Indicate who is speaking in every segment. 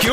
Speaker 1: ¿Qué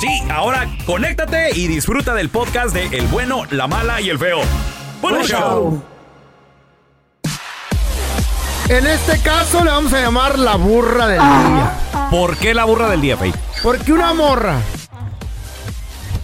Speaker 1: Sí, ahora conéctate y disfruta del podcast de El bueno, la mala y el feo. ¡Buen show!
Speaker 2: En este caso le vamos a llamar la burra del día.
Speaker 1: ¿Por qué la burra del día, Fey?
Speaker 2: Porque una morra,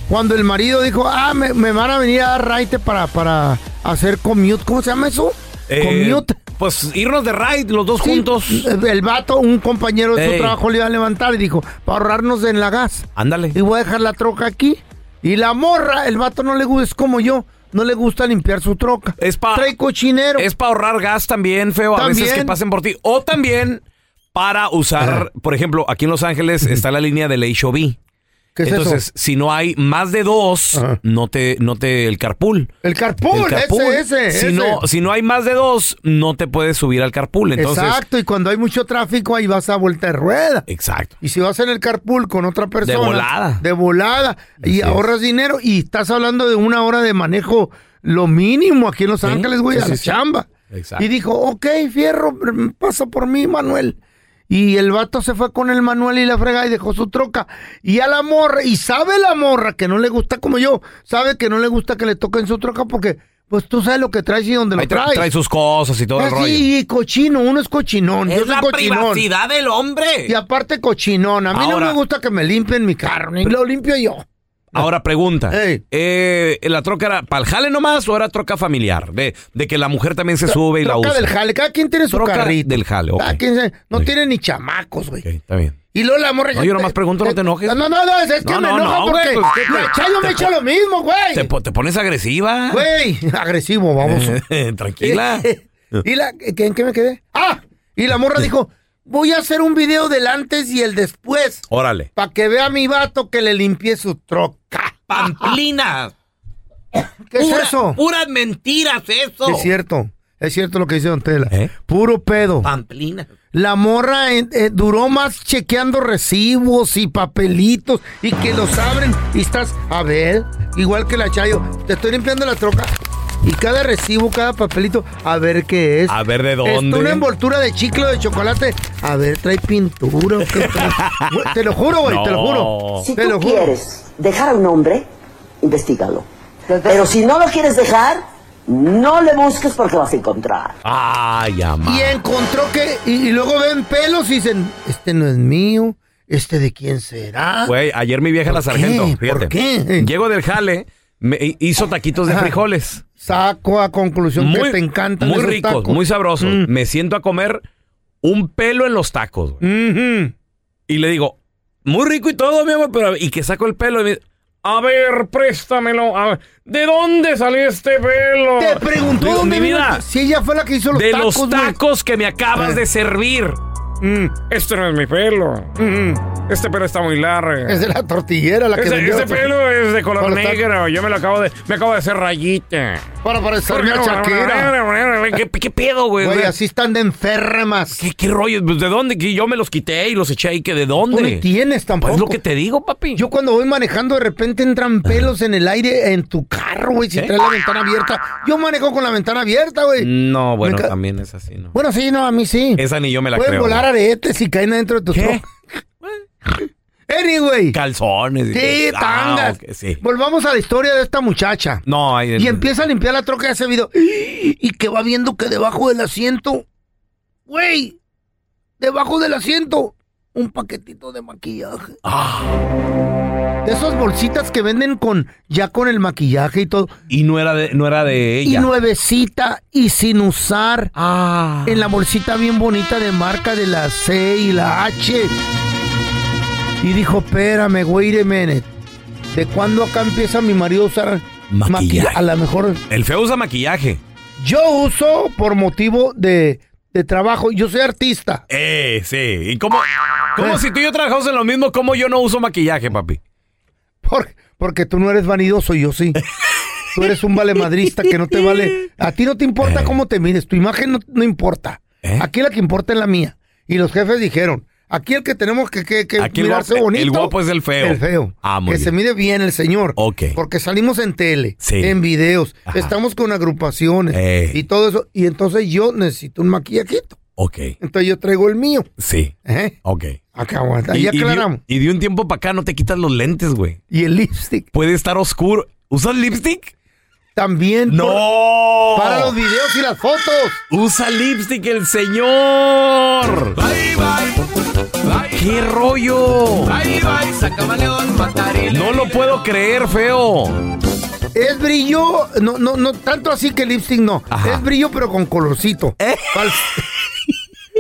Speaker 2: cuando el marido dijo, ah, me, me van a venir a dar raite para, para hacer commute, ¿cómo se llama eso?
Speaker 1: Eh,
Speaker 2: commute.
Speaker 1: Pues irnos de ride los dos juntos.
Speaker 2: El vato, un compañero de su
Speaker 1: Ey.
Speaker 2: trabajo le iba a levantar y dijo, para ahorrarnos en la gas.
Speaker 1: Ándale.
Speaker 2: Y voy a dejar la troca aquí. Y la morra, el vato no le gusta, es como yo, no le gusta limpiar su troca.
Speaker 1: Es pa-
Speaker 2: Trae cochinero.
Speaker 1: Es para ahorrar gas también, feo, a veces
Speaker 2: También.
Speaker 1: que pasen por ti. O también para usar, por ejemplo, aquí en Los Ángeles está la línea del HOV.
Speaker 2: ¿Qué es
Speaker 1: Entonces,
Speaker 2: eso?
Speaker 1: si no hay más de dos,
Speaker 2: Ajá.
Speaker 1: no te, no te, el carpool.
Speaker 2: El carpool,
Speaker 1: El carpool.
Speaker 2: ese, ese.
Speaker 1: si,
Speaker 2: ese.
Speaker 1: No, si no hay más de dos, no te puedes subir al carpool. Entonces,
Speaker 2: Exacto, y cuando hay mucho tráfico, ahí vas a vuelta de rueda.
Speaker 1: Exacto.
Speaker 2: Y si vas en el carpool con otra persona.
Speaker 1: volada.
Speaker 2: De volada.
Speaker 1: Así
Speaker 2: Y
Speaker 1: es.
Speaker 2: ahorras dinero. Y estás hablando de una hora de manejo, lo mínimo aquí en Los
Speaker 1: Sí,
Speaker 2: Ángeles, güey,
Speaker 1: sí,
Speaker 2: a
Speaker 1: sí,
Speaker 2: la
Speaker 1: sí.
Speaker 2: chamba.
Speaker 1: Exacto.
Speaker 2: Y dijo, ok, fierro, pasa por mí, Manuel. Y el vato se fue con el Manuel y la fregada y dejó su troca. Y a la morra, y sabe la morra que no le gusta como yo, sabe que no le gusta que le toquen su troca porque, pues tú sabes lo que traes y dónde lo
Speaker 1: Ahí tra-
Speaker 2: traes.
Speaker 1: trae sus cosas y todo el
Speaker 2: Ah,
Speaker 1: rollo.
Speaker 2: Sí, y cochino, uno es cochinón. yo
Speaker 1: Es
Speaker 2: soy
Speaker 1: la
Speaker 2: cochinón.
Speaker 1: privacidad del hombre.
Speaker 2: Y aparte cochinón. A mí
Speaker 1: Ahora-
Speaker 2: no me gusta que me limpien mi carro, ni lo limpio yo.
Speaker 1: Ahora pregunta,
Speaker 2: Ey.
Speaker 1: eh, ¿la troca era para el jale nomás o era troca familiar? De, de que la mujer también se sube y la
Speaker 2: troca
Speaker 1: usa.
Speaker 2: del jale, cada quien tiene su
Speaker 1: Troca
Speaker 2: carrito. Ah,
Speaker 1: del jale,
Speaker 2: Cada
Speaker 1: ok.
Speaker 2: quien se- no
Speaker 1: Ok.
Speaker 2: tiene ni chamacos, güey.
Speaker 1: Ok, está bien.
Speaker 2: Y luego la morra...
Speaker 1: No, yo nomás pregunto, no te enojes.
Speaker 2: No, no, no, es, es que
Speaker 1: No,
Speaker 2: me
Speaker 1: no,
Speaker 2: enoja
Speaker 1: no,
Speaker 2: porque...
Speaker 1: güey, pues, ¿qué
Speaker 2: la
Speaker 1: te-
Speaker 2: Chayo me
Speaker 1: te-
Speaker 2: echa lo mismo, güey.
Speaker 1: ¿Te, po- te pones agresiva?
Speaker 2: Güey, agresivo, vamos.
Speaker 1: Eh, Tranquila.
Speaker 2: ¿Y la, ¿qué- ¿En qué me quedé? ¡Ah! Y la morra dijo, voy a hacer un video del antes y el después
Speaker 1: Órale.
Speaker 2: para que vea a mi vato que le limpié su troca.
Speaker 1: Pamplina.
Speaker 2: ¿Qué es eso?
Speaker 1: Puras mentiras eso.
Speaker 2: Es cierto, es cierto lo que dice Don Tela.
Speaker 1: ¿Eh?
Speaker 2: Puro pedo.
Speaker 1: Pamplina.
Speaker 2: La morra eh, eh, duró más chequeando recibos y papelitos y que los abren y estás, a ver, igual que la Chayo, te estoy limpiando la troca. Y cada recibo, cada papelito, a ver qué es.
Speaker 1: A ver de
Speaker 2: Está
Speaker 1: dónde.
Speaker 2: una envoltura de chicle de chocolate. A ver, trae pintura. o qué? Güey, te lo juro, güey, te lo juro.
Speaker 3: Si
Speaker 2: te
Speaker 3: tú
Speaker 2: lo juro.
Speaker 3: quieres dejar a un hombre, investigalo. Pero si no lo quieres dejar, no le busques porque vas a encontrar.
Speaker 1: Ay, ama.
Speaker 2: Y encontró que. Y, y luego ven pelos y dicen: Este no es mío. ¿Este de quién será?
Speaker 1: Güey, ayer mi vieja la
Speaker 2: ¿Por
Speaker 1: sargento,
Speaker 2: qué?
Speaker 1: fíjate.
Speaker 2: ¿Por qué?
Speaker 1: Llego del jale, me hi- hizo taquitos de
Speaker 2: Ajá.
Speaker 1: frijoles.
Speaker 2: Saco a conclusión que te encantan
Speaker 1: muy
Speaker 2: esos
Speaker 1: ricos,
Speaker 2: tacos.
Speaker 1: muy sabrosos.
Speaker 2: Mm.
Speaker 1: Me siento a comer un pelo en los tacos. güey.
Speaker 2: Ujú.
Speaker 1: Y le digo, muy rico y todo, mi amor, pero... Y que saco el pelo y me dice, a ver, préstamelo. a ver, ¿De dónde salió este pelo?
Speaker 2: Te preguntó
Speaker 1: Digo,
Speaker 2: dónde
Speaker 1: mi
Speaker 2: vino- este-"
Speaker 1: vida,
Speaker 2: Si ella fue la que hizo los
Speaker 1: de
Speaker 2: tacos.
Speaker 1: los
Speaker 2: güey.
Speaker 1: tacos que me acabas de servir.
Speaker 2: Mm,
Speaker 1: Este no es mi pelo.
Speaker 2: mm, mm.
Speaker 1: Este pelo está muy largo.
Speaker 2: Es de la tortillera la que
Speaker 1: Ese,
Speaker 2: vendió pues.
Speaker 1: ese
Speaker 2: los-
Speaker 1: pelo es de color
Speaker 2: Para estar-
Speaker 1: negro. Yo me lo acabo de. Me acabo de hacer rayita.
Speaker 2: Para parecer
Speaker 1: ¿Por qué
Speaker 2: una
Speaker 1: no?
Speaker 2: chaquera.
Speaker 1: ¿Qué, qué pedo, güey?
Speaker 2: Güey, así están de enfermas.
Speaker 1: ¿Qué, qué rollo? Pues, ¿De dónde? Que yo me los quité y los eché ahí. ¿Que de
Speaker 2: Tú no
Speaker 1: dónde?
Speaker 2: entiendes tampoco.
Speaker 1: pues lo que te digo, papi.
Speaker 2: Yo cuando voy manejando, de repente entran pelos en el aire en tu carro, güey, si
Speaker 1: ¿Eh?
Speaker 2: traes la ventana abierta. Yo manejo con la ventana abierta, güey.
Speaker 1: No, bueno,
Speaker 2: Me ca-
Speaker 1: también es así, ¿no?
Speaker 2: Bueno, sí, no, a mí sí.
Speaker 1: Esa ni yo me la
Speaker 2: Pueden
Speaker 1: creo.
Speaker 2: volar aretes y caen adentro de tu
Speaker 1: ¿Qué?
Speaker 2: Anyway.
Speaker 1: Calzones. y-
Speaker 2: Sí,
Speaker 1: Ah,
Speaker 2: tangas.
Speaker 1: ok, sí.
Speaker 2: Volvamos a la historia de esta muchacha.
Speaker 1: No, ahí.
Speaker 2: Y empieza a limpiar la troca de ese video. Y que va viendo que debajo del asiento, güey, debajo del asiento, un paquetito de maquillaje.
Speaker 1: Ah,
Speaker 2: De esas bolsitas que venden con ya con el maquillaje y todo.
Speaker 1: y no era de, no era de ella.
Speaker 2: Y nuevecita y sin usar.
Speaker 1: Ah.
Speaker 2: En la bolsita bien bonita de marca de la C y la H. Y dijo, espérame, güey, a minute. ¿De cuándo acá empieza mi marido a usar
Speaker 1: Maquillaje.
Speaker 2: maquilla- A lo mejor
Speaker 1: El feo usa maquillaje.
Speaker 2: Yo uso por motivo de, de trabajo. Yo soy artista.
Speaker 1: Eh, sí. ¿Y cómo, cómo
Speaker 2: Eh.
Speaker 1: si tú y yo trabajamos en lo mismo, cómo yo no uso maquillaje, papi?
Speaker 2: Por- porque tú no eres vanidoso, yo sí. Tú eres un valemadrista que no te vale. A ti no te importa
Speaker 1: Eh.
Speaker 2: cómo te mires. Tu imagen no, no importa.
Speaker 1: Eh.
Speaker 2: Aquí la que importa es la mía. Y los jefes dijeron: aquí el que tenemos que, que, que
Speaker 1: Aquí el
Speaker 2: mirarse
Speaker 1: guapo-
Speaker 2: bonito.
Speaker 1: el guapo es el feo.
Speaker 2: El feo.
Speaker 1: Ah, muy
Speaker 2: que
Speaker 1: bien.
Speaker 2: se mire bien el señor.
Speaker 1: Ok.
Speaker 2: Porque salimos en tele,
Speaker 1: Sí.
Speaker 2: en videos,
Speaker 1: Ajá.
Speaker 2: estamos con agrupaciones
Speaker 1: Eh.
Speaker 2: y todo eso. Y entonces yo necesito un maquillajito.
Speaker 1: Ok,
Speaker 2: Entonces yo traigo el mío.
Speaker 1: sí,
Speaker 2: Ajá.
Speaker 1: ok.
Speaker 2: Acá aguanta.
Speaker 1: Y-
Speaker 2: Ahí
Speaker 1: y de-
Speaker 2: aclaramos.
Speaker 1: Y, de un tiempo para acá no te quitas los lentes, güey.
Speaker 2: Y, el lipstick
Speaker 1: Puede estar oscuro. ¿Usas lipstick?
Speaker 2: también. por-
Speaker 1: ¡No!
Speaker 2: Para los videos y las fotos.
Speaker 1: ¡Usa lipstick el señor! ¡Qué rollo! No lo puedo creer, feo.
Speaker 2: Es brillo, no, no, no, tanto así que lipstick no.
Speaker 1: Ajá. ¿Eh?
Speaker 2: Es brillo, pero con colorcito. Pal-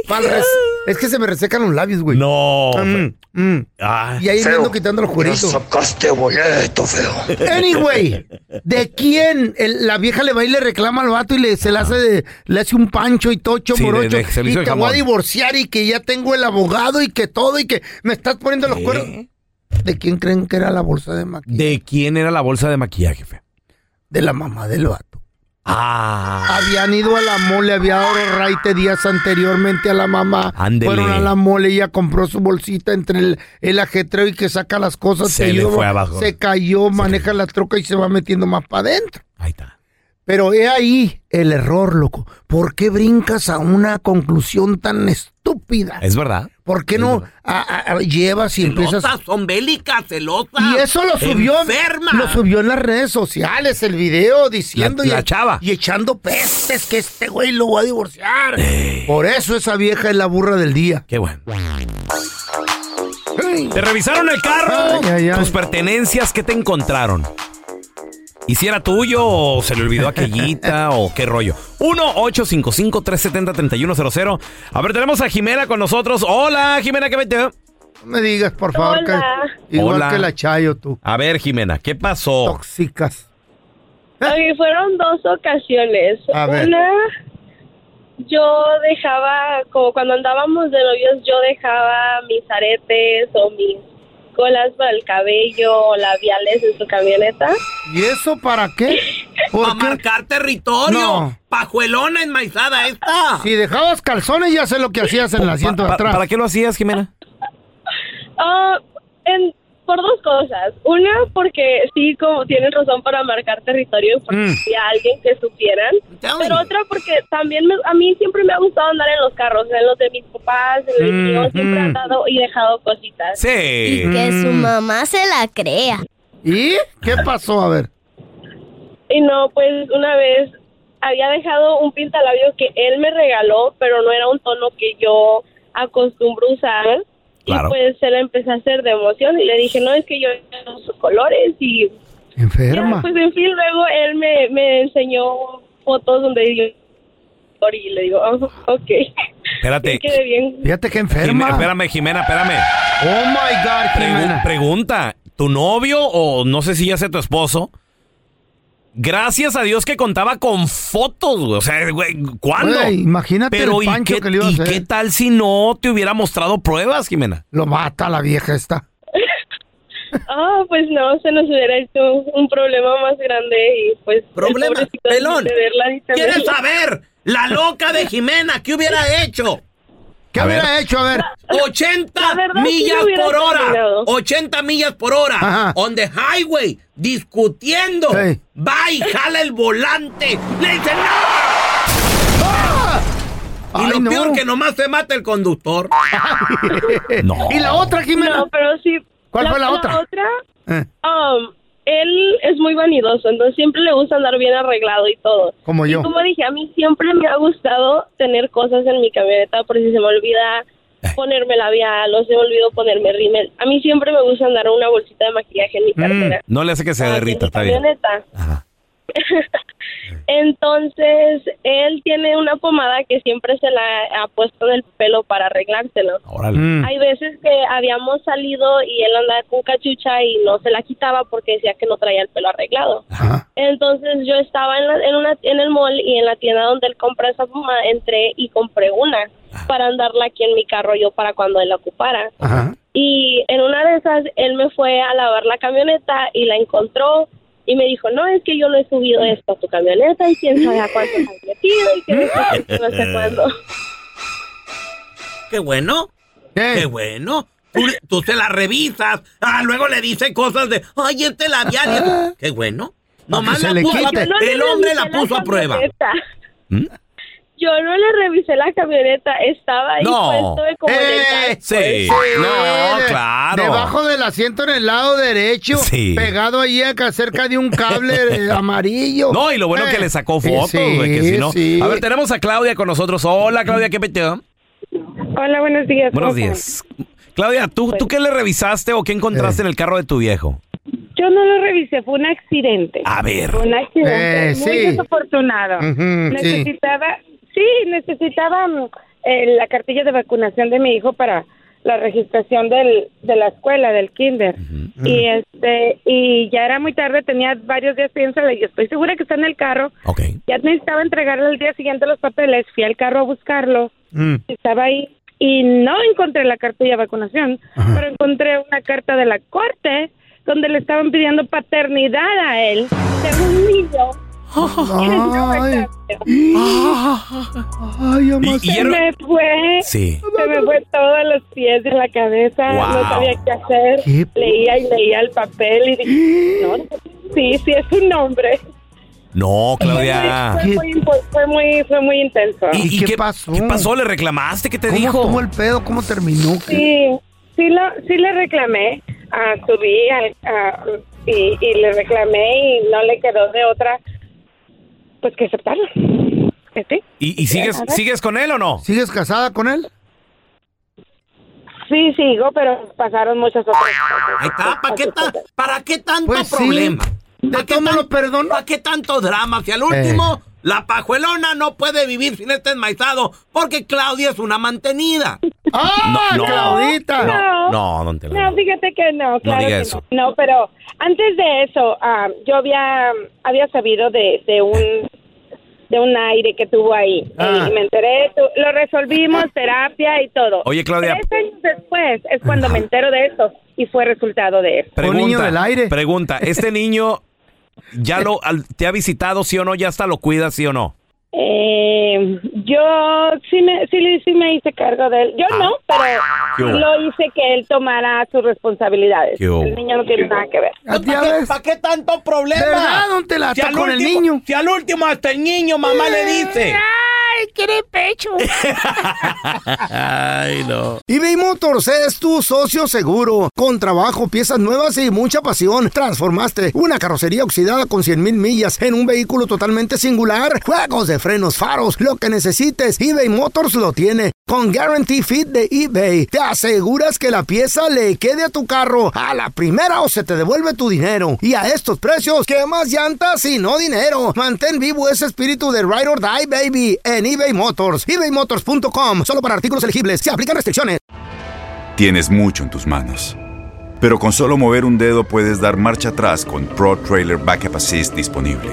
Speaker 2: pal res- es que se me resecan los labios, güey.
Speaker 1: No.
Speaker 2: Mm, mm.
Speaker 1: Ah.
Speaker 2: Y ahí me ando quitando los cueritos.
Speaker 4: sacaste boleto, feo.
Speaker 2: Anyway, ¿de quién? El- la vieja le va y le reclama al vato y le, se le hace de- le hace un pancho y tocho
Speaker 1: Sí,
Speaker 2: por
Speaker 1: de-
Speaker 2: ocho.
Speaker 1: de- se le
Speaker 2: y
Speaker 1: hizo el
Speaker 2: te voy a
Speaker 1: jamón.
Speaker 2: divorciar y que ya tengo el abogado y que todo y que me estás poniendo los
Speaker 1: ¿Qué?
Speaker 2: cuernos. ¿De quién creen que era la bolsa de maquillaje?
Speaker 1: ¿De quién era la bolsa de maquillaje, feo?
Speaker 2: De la mamá del vato.
Speaker 1: Ah.
Speaker 2: Habían ido a la mole, había dado raite días anteriormente a la mamá.
Speaker 1: Ándele.
Speaker 2: Fueron a la mole, ella compró su bolsita entre el, el ajetreo y que saca las cosas.
Speaker 1: Se
Speaker 2: te
Speaker 1: le
Speaker 2: ayuda,
Speaker 1: fue abajo.
Speaker 2: Se cayó, maneja la troca y se va metiendo más para adentro.
Speaker 1: Ahí está.
Speaker 2: Pero he ahí el error, loco. ¿Por qué brincas a una conclusión tan estúpida?
Speaker 1: Es verdad.
Speaker 2: ¿Por qué no a- a- a- llevas y empiezas?
Speaker 1: son bélicas, celosas.
Speaker 2: Y eso lo subió,
Speaker 1: enfermas.
Speaker 2: lo subió en las redes sociales, el video diciendo
Speaker 1: La-
Speaker 2: y,
Speaker 1: la chava.
Speaker 2: y echando pestes que este güey lo va a divorciar. Por eso esa vieja es la burra del día.
Speaker 1: Qué bueno. Te revisaron el carro,
Speaker 2: Ay, ay, ay.
Speaker 1: tus pertenencias, ¿qué te encontraron? ¿Y si era tuyo o se le olvidó aquellita o qué rollo? 1-855-370-3100. A ver, tenemos a Jimena con nosotros. Hola, Jimena, ¿qué metió?
Speaker 2: No me digas, por favor,
Speaker 5: Hola.
Speaker 2: que igual
Speaker 1: Hola.
Speaker 2: que la Chayo tú.
Speaker 1: A ver, Jimena, ¿qué pasó?
Speaker 2: Tóxicas.
Speaker 5: Ok, fueron dos ocasiones.
Speaker 2: A ver.
Speaker 5: Una, yo dejaba, como cuando andábamos de novios, yo dejaba mis aretes o mis colas para el cabello o labiales en su camioneta.
Speaker 2: ¿Y eso para qué? ¿Por qué?
Speaker 1: territorio.
Speaker 2: No.
Speaker 1: Pajuelona enmaizada esta.
Speaker 2: Si dejabas calzones, ya sé lo que hacías en el asiento de atrás.
Speaker 1: ¿Para qué lo hacías, Jimena?
Speaker 5: Ah, en, por dos cosas. Una, porque sí, como tienen razón para marcar territorio y porque
Speaker 6: Mm.
Speaker 5: sí a alguien que supieran. Pero otra, porque también me- a mí siempre me ha gustado andar en los carros, en los de mis papás, en los míos, siempre he andado y dejado cositas.
Speaker 1: Sí.
Speaker 7: Y que su mamá se la crea.
Speaker 2: ¿Y qué pasó? A ver.
Speaker 5: Y no, pues una vez había dejado un pintalabio que él me regaló, pero no era un tono que yo acostumbro usar.
Speaker 6: Claro.
Speaker 5: Y pues se la empecé a hacer de emoción y le dije, no, es que yo no uso colores y...
Speaker 2: Enferma.
Speaker 5: Pues en fin, luego él me, me enseñó fotos donde yo... Y le digo, "Ah, ok.
Speaker 1: Espérate.
Speaker 5: Quedé bien.
Speaker 2: Fíjate que
Speaker 1: Jime- espérame, Jimena, espérame.
Speaker 2: Oh my God, Jimena.
Speaker 1: pregunta, ¿tu novio o no sé si ya sea tu esposo? Gracias a Dios que contaba con fotos, güey. O sea, güey, ¿cuándo?
Speaker 2: Güey, imagínate
Speaker 1: Pero
Speaker 2: el
Speaker 1: ¿y
Speaker 2: pancho
Speaker 1: qué-
Speaker 2: que le iba a
Speaker 1: ¿y
Speaker 2: hacer?
Speaker 1: qué tal si no te hubiera mostrado pruebas, Jimena?
Speaker 2: Lo mata la vieja esta.
Speaker 5: Ah, pues no, se nos hubiera hecho un problema más grande y pues...
Speaker 8: Problema, pelón. ¿Quieres
Speaker 5: ¿Quieres
Speaker 8: saber? La loca de Jimena, ¿qué hubiera hecho?
Speaker 2: ¿Qué hubiera hecho? A ver.
Speaker 8: 80
Speaker 5: sí
Speaker 8: millas
Speaker 5: lo hubiera
Speaker 8: por hora.
Speaker 5: terminado.
Speaker 8: 80 millas por hora.
Speaker 2: Ajá.
Speaker 8: On the highway, discutiendo.
Speaker 2: Sí.
Speaker 8: Va y jala el volante. Le dice no. Y
Speaker 2: ¡Ah! Ay,
Speaker 8: lo
Speaker 2: no.
Speaker 8: peor que nomás se mata el conductor.
Speaker 1: No.
Speaker 2: ¿Y la otra, Jimena?
Speaker 5: No, pero sí.
Speaker 2: ¿Cuál fue la otra?
Speaker 5: La otra,
Speaker 2: Eh,
Speaker 5: um, él es muy vanidoso, entonces siempre le gusta andar bien arreglado y todo.
Speaker 2: como
Speaker 5: Y
Speaker 2: yo.
Speaker 5: como dije, a mí siempre me ha gustado tener cosas en mi camioneta por si se me olvida
Speaker 2: Eh.
Speaker 5: ponerme labial o se me olvidó ponerme rímel. A mí siempre me gusta andar una bolsita de maquillaje en mi
Speaker 2: Mm,
Speaker 5: cartera.
Speaker 1: Mm, No le hace que se
Speaker 5: Ah, en mi
Speaker 1: derrita, está bien.
Speaker 5: camioneta.
Speaker 1: Ajá.
Speaker 5: Entonces, él tiene una pomada que siempre se la ha puesto en el pelo para arreglárselo.
Speaker 1: Órale.
Speaker 2: Mm.
Speaker 5: Hay veces que habíamos salido y él andaba con cachucha y no se la quitaba porque decía que no traía el pelo arreglado.
Speaker 2: Ajá.
Speaker 5: Entonces yo estaba en, la- en una, en el mall y en la tienda donde él compra esa pomada entré y compré una para andarla aquí en mi carro yo para cuando él la ocupara.
Speaker 2: Ajá.
Speaker 5: Y en una de esas él me fue a lavar la camioneta y la encontró y me dijo, no, es que yo no he subido esto a tu camioneta y quién sabe a cuánto has metido y que no sé qué, no sé cuándo.
Speaker 8: Qué bueno. Qué
Speaker 2: Eh,
Speaker 8: bueno. Tú, tú se la revisas. Ah, luego le dice cosas de, ay, este labial. Qué bueno. Nomás
Speaker 2: se
Speaker 8: la
Speaker 2: le
Speaker 8: puso,
Speaker 2: quite.
Speaker 5: Yo no le
Speaker 8: el hombre la
Speaker 5: revisé
Speaker 8: puso a prueba.
Speaker 5: camioneta.
Speaker 1: ¿Mm?
Speaker 5: Yo no le revisé la camioneta, estaba ahí pues,
Speaker 1: No.
Speaker 5: puesto de como de
Speaker 2: Eh,
Speaker 5: gas.
Speaker 1: Sí.
Speaker 2: eh,
Speaker 1: No, claro.
Speaker 2: Debajo del asiento en el lado derecho,
Speaker 1: Sí.
Speaker 2: pegado ahí acá cerca de un cable eh, amarillo.
Speaker 1: No, y lo bueno
Speaker 2: Eh,
Speaker 1: que le sacó
Speaker 2: sí,
Speaker 1: fotos, güey, que si no.
Speaker 2: sí.
Speaker 1: A ver, tenemos a Claudia con nosotros. Hola, Claudia, ¿qué peteo?
Speaker 5: Hola, buenos días.
Speaker 1: Buenos
Speaker 5: ¿cómo
Speaker 1: días. Claudia, ¿tú, ¿tú qué le revisaste o qué
Speaker 2: Eh.
Speaker 1: encontraste en el carro de tu viejo?
Speaker 5: están? Yo no lo revisé, fue un accidente.
Speaker 1: A ver.
Speaker 5: Fue un accidente
Speaker 2: Eh,
Speaker 5: muy
Speaker 2: sí.
Speaker 5: desafortunado.
Speaker 2: Ujú, sí.
Speaker 5: necesitaba, sí, necesitaba mm, eh, la cartilla de vacunación de mi hijo para la registración del, de la escuela, del kinder. Y este y ya era muy tarde, tenía varios días piénsalo, y estoy segura que está en el carro.
Speaker 1: Ok.
Speaker 5: Ya necesitaba entregarle al día siguiente los papeles, fui al carro a buscarlo
Speaker 2: Mm.
Speaker 5: estaba ahí y no encontré la cartilla de vacunación, pero encontré una carta de la corte donde le estaban pidiendo paternidad a él de un niño.
Speaker 2: Ay, ay, amas-
Speaker 1: Y- y
Speaker 5: Se
Speaker 1: era-
Speaker 5: me fue,
Speaker 1: Sí.
Speaker 5: se me fue todo a los pies de la cabeza,
Speaker 1: Wow.
Speaker 5: no sabía qué hacer,
Speaker 2: Qué p-
Speaker 5: leía y leía el papel y dije, no, sí, sí es un hombre.
Speaker 1: No,
Speaker 5: Fue
Speaker 1: Claudia.
Speaker 5: muy, impo- fue muy, fue muy intenso.
Speaker 2: ¿Y qué pasó?
Speaker 1: Ah. ¿Qué pasó? ¿Le reclamaste? ¿Qué te
Speaker 2: ¿Cómo
Speaker 1: dijo?
Speaker 2: estuvo el pedo? ¿Cómo terminó?
Speaker 5: Sí, sí, lo, sí le reclamé, ah, subí al- ah, y, y le reclamé y no le quedó de otra, pues que aceptarlo. Sí,
Speaker 1: ¿Y, y sigues,
Speaker 5: A ver.
Speaker 1: sigues con él o no?
Speaker 2: ¿Sigues casada con él?
Speaker 5: sí sigo, pero pasaron muchas otras
Speaker 8: Ahí
Speaker 5: cosas.
Speaker 8: está, ¿para qué, ta- para qué tanto
Speaker 2: Pues sí.
Speaker 8: problema?
Speaker 2: De
Speaker 8: ¿Para qué,
Speaker 2: todo me
Speaker 8: tan-
Speaker 2: lo Eh. perdono.
Speaker 8: ¿Para qué tanto drama? Si al último, la pajuelona no puede vivir sin este enmaizado, porque Claudia es una mantenida.
Speaker 2: ¡Ah,
Speaker 1: No, no,
Speaker 2: Claudita!
Speaker 1: No, no, don Tela,
Speaker 5: No,
Speaker 1: no.
Speaker 5: fíjate que no, claro
Speaker 1: diga
Speaker 5: que
Speaker 1: eso.
Speaker 5: no. No, pero antes de eso, ah, yo había había sabido de, de un de un aire que tuvo ahí
Speaker 2: Ah.
Speaker 5: y me enteré, tu- lo resolvimos, terapia y todo.
Speaker 1: Oye, Claudia.
Speaker 5: Tres años después es cuando me entero de eso y fue resultado de eso.
Speaker 2: Un niño del aire.
Speaker 1: Pregunta, ¿este niño ya lo al- te ha visitado, sí o no? ¿Ya hasta lo cuida, sí o no?
Speaker 5: Eh, yo sí me, sí, le- sí me hice cargo de él. Yo no,
Speaker 8: Ah. ¿Qué
Speaker 5: pero
Speaker 8: hubo?
Speaker 5: lo hice que él tomara sus responsabilidades.
Speaker 8: ¿Qué hubo?
Speaker 5: El niño no tiene nada que ver.
Speaker 8: ¿Para qué, pa' qué tanto problema?
Speaker 5: ¿Verdad, don Tela? Hasta
Speaker 8: al
Speaker 5: con el
Speaker 8: último- Si al último hasta el niño mamá le dice.
Speaker 7: ¡Ay, quiere pecho!
Speaker 1: Ay, no.
Speaker 2: eBay Motors es tu socio seguro. Con trabajo, piezas nuevas y mucha pasión, transformaste una carrocería oxidada con 100 mil millas en un vehículo totalmente singular. Juegos de frenos, faros, lo que necesites, eBay Motors lo tiene. Con Guarantee Fit de eBay, te aseguras que la pieza le quede a tu carro a la primera o se te devuelve tu dinero. Y a estos precios, ¿qué más llantas y no dinero? Mantén vivo ese espíritu de Ride or Die, baby, en eBay Motors. ebaymotors.com, solo para artículos elegibles. Se aplican restricciones.
Speaker 9: Tienes mucho en tus manos. Pero con solo mover un dedo puedes dar marcha atrás con Pro Trailer Backup Assist disponible.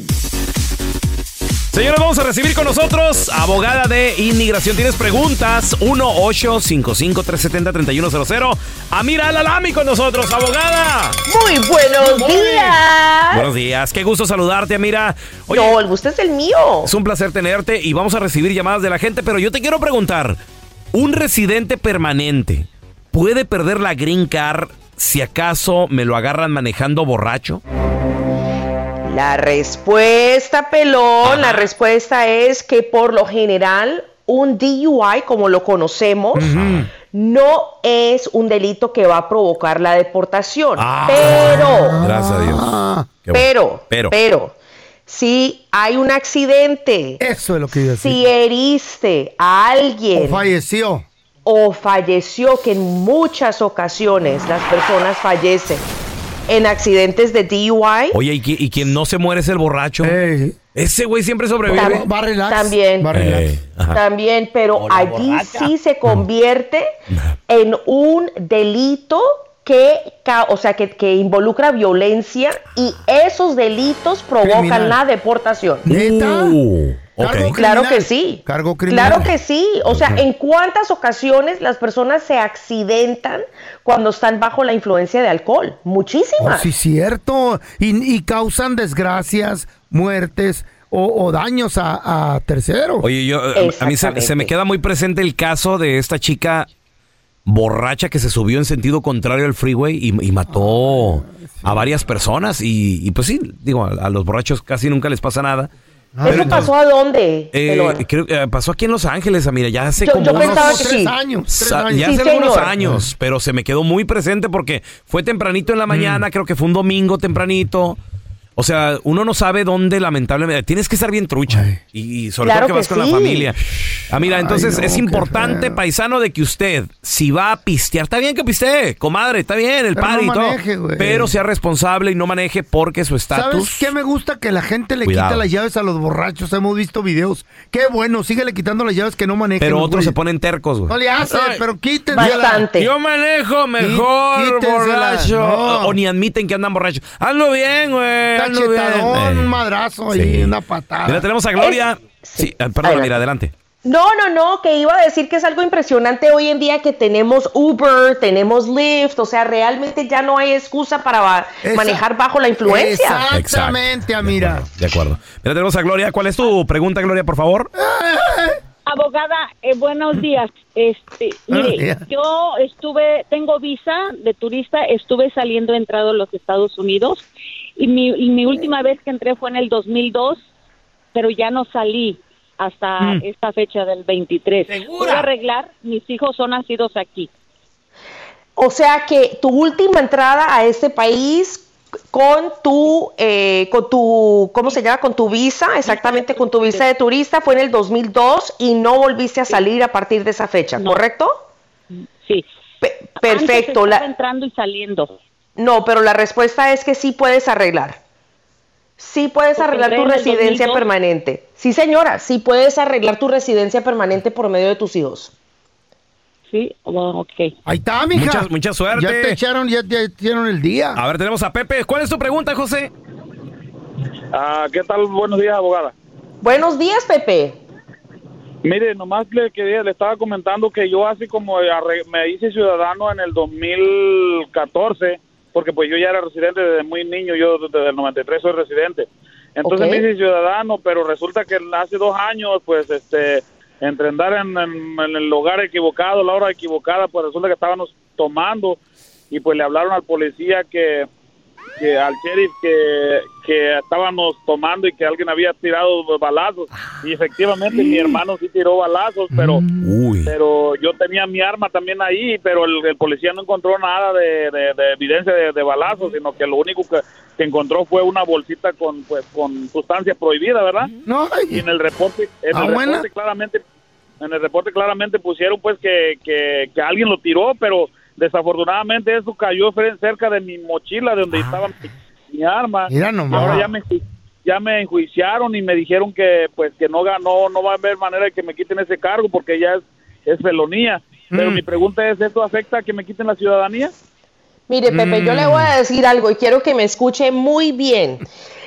Speaker 1: Señores, vamos a recibir con nosotros abogada de inmigración. ¿Tienes preguntas? 1-855-370-3100. Amira Alalami con nosotros, abogada.
Speaker 6: Muy buenos días.
Speaker 1: Buenos días, qué gusto saludarte, Amira. Oye,
Speaker 6: No, el gusto es el mío.
Speaker 1: Es un placer tenerte y vamos a recibir llamadas de la gente, pero yo te quiero preguntar, ¿un residente permanente puede perder la green card si acaso me lo agarran manejando borracho?
Speaker 6: La respuesta, pelón, la respuesta es que por lo general un DUI, como lo conocemos, no es un delito que va a provocar la deportación. pero, Ah,
Speaker 1: Gracias a Dios. Qué bueno.
Speaker 6: pero, pero, si hay un accidente,
Speaker 2: Eso es lo que yo
Speaker 6: si heriste a alguien,
Speaker 2: O falleció.
Speaker 6: o falleció, que en muchas ocasiones las personas fallecen en accidentes de DUI.
Speaker 1: Oye, ¿y, qui- y quien no se muere es el borracho? Ese güey siempre sobrevive.
Speaker 6: Tam- También.
Speaker 1: Eh, ajá.
Speaker 6: También, pero
Speaker 1: Hola,
Speaker 6: allí
Speaker 1: borracha. Mm.
Speaker 6: sí se convierte en un delito que, ca- o sea, que, que involucra violencia y esos delitos provocan
Speaker 1: Criminal.
Speaker 6: la deportación.
Speaker 1: Uh, ok.
Speaker 6: Claro que sí.
Speaker 2: Cargo
Speaker 6: Claro que sí. O sea, ¿en cuántas ocasiones las personas se accidentan cuando están bajo la influencia de alcohol?
Speaker 2: Oh,
Speaker 6: Muchísimas.
Speaker 2: sí, cierto. Y, y causan desgracias, muertes o, o daños a, a terceros.
Speaker 1: Oye, yo, a- a mí se, se me queda muy presente el caso de esta chica borracha que se subió en sentido contrario al freeway y, y mató a varias personas. Y, y pues sí, digo, a, a los borrachos casi nunca les pasa nada. Ah,
Speaker 6: ¿Eso pasó a dónde?
Speaker 1: Eh,
Speaker 6: Pelón?
Speaker 1: creo que eh, pasó aquí en Los Ángeles, ah, mira, ya hace
Speaker 6: Yo-
Speaker 1: como
Speaker 6: yo
Speaker 1: unos-
Speaker 6: pensaba que sí.
Speaker 1: Sa- Ya
Speaker 6: Sí,
Speaker 1: hace algunos
Speaker 6: señor.
Speaker 1: años, pero se me quedó muy presente porque fue tempranito en
Speaker 2: Mm.
Speaker 1: la mañana, creo que fue un domingo tempranito. O sea, uno no sabe dónde, lamentablemente. Tienes que estar bien trucha. Y, y sobre
Speaker 8: Claro
Speaker 1: todo que
Speaker 8: que
Speaker 1: vas con
Speaker 8: sí.
Speaker 1: la familia. Ah, mira,
Speaker 8: Ay,
Speaker 1: entonces
Speaker 8: no,
Speaker 1: es
Speaker 8: qué
Speaker 1: importante, paisano, de que usted, si va a pistear, está bien que pistee, comadre, está bien, el
Speaker 2: Pero
Speaker 1: padre
Speaker 2: no
Speaker 1: y todo.
Speaker 2: maneje, güey.
Speaker 1: pero sea responsable y no maneje porque su
Speaker 2: ¿Sabes
Speaker 1: estatus.
Speaker 2: qué me gusta? Que la gente le
Speaker 1: Cuidado.
Speaker 2: quita las llaves a los borrachos. Hemos visto videos. Qué bueno, síguele quitando las llaves que no manejan.
Speaker 1: Pero
Speaker 2: los
Speaker 1: otros se
Speaker 2: güeyes.
Speaker 1: ponen tercos, güey.
Speaker 2: No le hace,
Speaker 1: Ay,
Speaker 2: pero quítense.
Speaker 1: Yo manejo mejor borracho. O, o ni admiten que andan borrachos. Hazlo bien, güey. hazlo bien.
Speaker 2: Cachetadón,
Speaker 1: Eh.
Speaker 2: Eh. un madrazo ahí,
Speaker 1: Sí.
Speaker 2: una patada.
Speaker 1: Mira, tenemos a Gloria. Sí, ah, perdón, mira, adelante.
Speaker 6: No, no, no, que iba a decir que es algo impresionante hoy en día que tenemos Uber, tenemos Lyft, o sea, realmente ya no hay excusa para ba-
Speaker 2: Esa-
Speaker 6: manejar bajo la influencia.
Speaker 2: Exactamente, Amira.
Speaker 1: De acuerdo. Mira, tenemos a Gloria. ¿Cuál es tu pregunta, Gloria, por favor?
Speaker 10: Abogada, eh, buenos días. Este,
Speaker 1: Mm. Buenos
Speaker 10: mire,
Speaker 1: días.
Speaker 10: yo estuve, tengo visa de turista, estuve saliendo, entrado a los Estados Unidos Y mi, y mi última vez que entré fue en el 2002, pero ya no salí hasta
Speaker 11: Mm.
Speaker 10: esta fecha del 23. Voy a arreglar, mis hijos son nacidos aquí.
Speaker 6: O sea que tu última entrada a este país con tu, eh, con tu, ¿cómo se llama? Con tu visa, exactamente con tu visa de turista fue en el 2002 y no volviste a salir a partir de esa fecha, ¿correcto?
Speaker 10: Sí.
Speaker 6: perfecto.
Speaker 10: Antes
Speaker 6: La-
Speaker 10: estaba entrando y saliendo.
Speaker 6: no, pero la respuesta es que sí puedes arreglar. Sí puedes
Speaker 10: Porque
Speaker 6: arreglar tu
Speaker 10: entré en el
Speaker 6: residencia
Speaker 10: 2002.
Speaker 6: permanente. Sí, señora, sí puedes arreglar tu residencia permanente por medio de tus hijos.
Speaker 10: Sí, oh, ok.
Speaker 2: Ahí está, mija.
Speaker 1: Mucha, mucha suerte.
Speaker 2: Ah, Ya te echaron, ya te echaron el día.
Speaker 1: A ver, tenemos a Pepe. ¿Cuál es tu pregunta, José?
Speaker 12: Ah, ¿Qué tal? Buenos días, abogada.
Speaker 6: Buenos días, Pepe.
Speaker 12: Mire, nomás le, quería, le estaba comentando que yo así como arre- me hice ciudadano en el 2014, porque pues yo ya era residente desde muy niño, yo desde el 93 soy residente. Entonces
Speaker 13: Ok.
Speaker 12: me hice ciudadano, pero resulta que hace dos años, pues, este, entre andar en, en- en el lugar equivocado, la hora equivocada, pues resulta que estábamos tomando y pues le hablaron al policía que que al sheriff que, que estábamos tomando y que alguien había tirado balazos y efectivamente mi hermano sí tiró balazos pero pero yo tenía mi arma también ahí pero el, el policía no encontró nada de, de- de evidencia de, de balazos sino que lo único que, que encontró fue una bolsita con pues con sustancia prohibida verdad y en el reporte en
Speaker 2: Ah,
Speaker 12: el
Speaker 2: buena.
Speaker 12: reporte claramente en el reporte claramente pusieron pues que, que, que alguien lo tiró, pero desafortunadamente eso cayó fre- cerca de mi mochila de donde estaba mi, mi arma.
Speaker 2: Ah. Mira nomás.
Speaker 12: Ahora ya me ju- ya me enjuiciaron y me dijeron que pues que no ganó, no va a haber manera de que me quiten ese cargo porque ya es, es felonía. Pero
Speaker 6: Mm.
Speaker 12: mi pregunta es, ¿esto afecta a que me quiten la ciudadanía?
Speaker 6: Mire, Pepe, yo le voy a decir algo y quiero que me escuche muy bien.